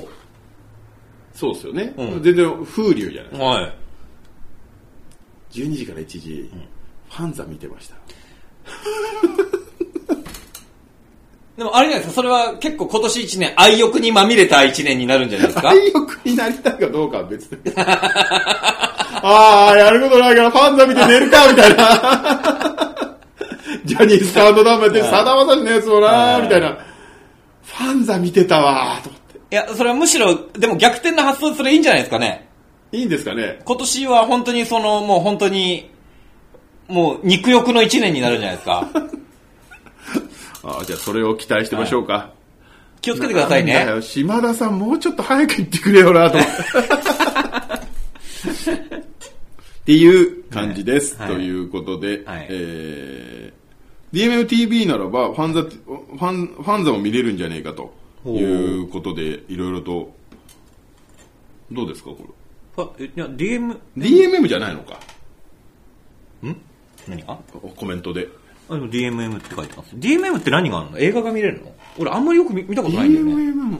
そうですよね、うん全然風流じゃないはい。 12時から1時、ファンザ見てましたでもあれじゃないですか、それは結構今年一年、愛欲にまみれた一年になるんじゃないですか体力になりたいかどうかは別に。ああ、やることないからファンザ見て寝るか、みたいな。ジャニーズサウンドダムやって、さだまさしのやつもなはいみたいな。ファンザ見てたわーと思っいや、それはむしろ、でも逆転の発想、それいいんじゃないですかね。て。いいんですかね今年は本当にその、もう本当に、もう肉欲の一年になるんじゃないですか。 *laughs* ああ、じゃあそれを期待してましょうか。気をつけてくださないんねだ。よ島田さん、もうちょっと早く言ってくれよなと思 *laughs* って。っていう感じです。はいということで、はいえー、DMMTV ならばファンザ、ファン、ファンザも見れるんじゃねえかとほういうことで、いろいろと、どうですか、こあえいや、DM、れ。DMM じゃないのか、何がコメントで。あ、でも DMM って書いてます。DMM って何があるの映画が見れるの俺あんまりよく見見たことないんだよね。 DMM も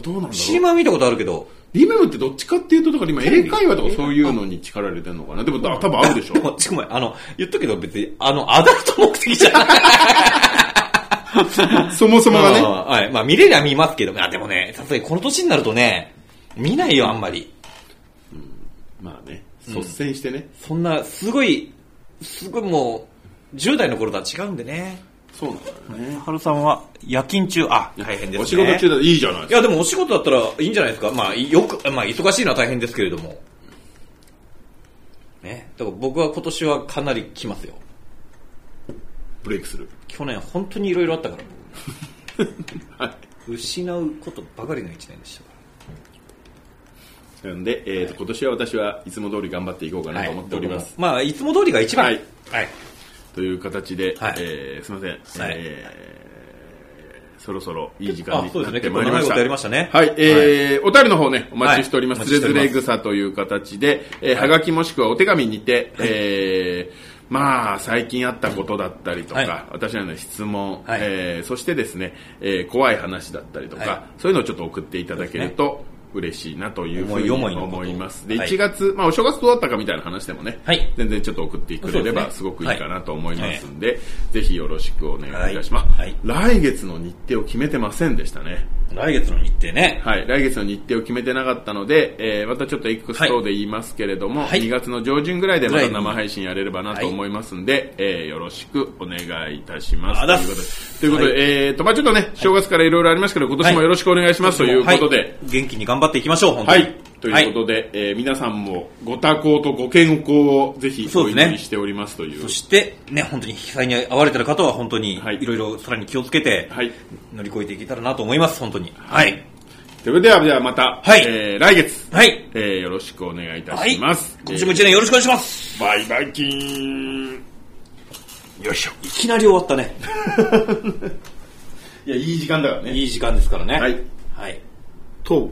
どうなんだろう。シーマは見たことあるけど、 DMM ってどっちかっていうと、だから今、レ英ビ会話とかそういうのに力入れてんのかな。でも、多分あるでしょで。も、ちょ、ごめん、あの、言っとくけど別に、あの、アダルト目的じゃない。 *laughs* そもそもがね。あーはい。まあ見れりゃ見ますけど、あ、でもね、さすがにこの年になるとね、見ないよ、あんまり。まあね、率先してね、そんな、すごい、すごいもう、10代の頃とは違うんでね。そうなんだよね。春さんは夜勤中、あ、大変ですね。お仕事中だいいじゃないですいか。や、でもお仕事だったらいいんじゃないですか。まあ、よく、まあ、忙しいのは大変ですけれども。ね。だから僕は今年はかなり来ますよ。ブレイクする。去年本当にいろいろあったか *laughs* ら。は失うことばかりの一年でしたか。い。なんで、えーと今年は私はいつも通り頑張っていこうからなと思っております。はい。まあ、いつも通りが一番。はいはいという形で、はいえーすみません、はいえーそろそろいい時間あ、にそうなですっね。てまい結構り長まいしこた。とやりましたね。はい、えーお便りの方ね、お待ちしておりまはす。いズレズおレ待ちしております草という形で、えーはがきもしくはお手紙にて、えーまあ、最近あったことだったりとか、はい私らの質問、はいえーそしてですね、えー怖い話だったりとか、はそういうのをちょっと送っていただけると嬉しいなというふうに思い思いのこと思います。で、はい1月、まあ、お正月どうだったかみたいな話でもね、はい全然ちょっと送ってくれればすそうですねごくいいかなと思いますんで、ぜひよろしくお願いいたします。はい来月の日程を決めてませんでしたね。来月の日程ね。はい、来月の日程を決めてなかったので、えーまたちょっと X4 で言いますけれども、はい2月の上旬ぐらいでまたぐらいに生配信やれればなと思いますんで、えーよろしくお願いいたします。あだっすということで、ということでえーと、まあちょっとね、正月からいろいろありますけど、今年もよろしくお願いします、ということはで、。元気に頑張っていきましょう、本当はに。い、ということで、えー皆さんもご多幸とご健康をぜひお祈りしておりますという。そして、ね、本当に被災に遭われてる方は本当にはい、いろいろさらに気をつけて、はい乗り越えていけたらなと思います、本当に。はい。それでは、ではまた、はいえー来月、はい。えーよろしくお願いいたはしい。今ます。年も一年よろしくお願いします。えーバイバイキーン。よいしょ。いきなり終わったね。いや、いい時間だからね。いい時間ですからね。はい。はい。と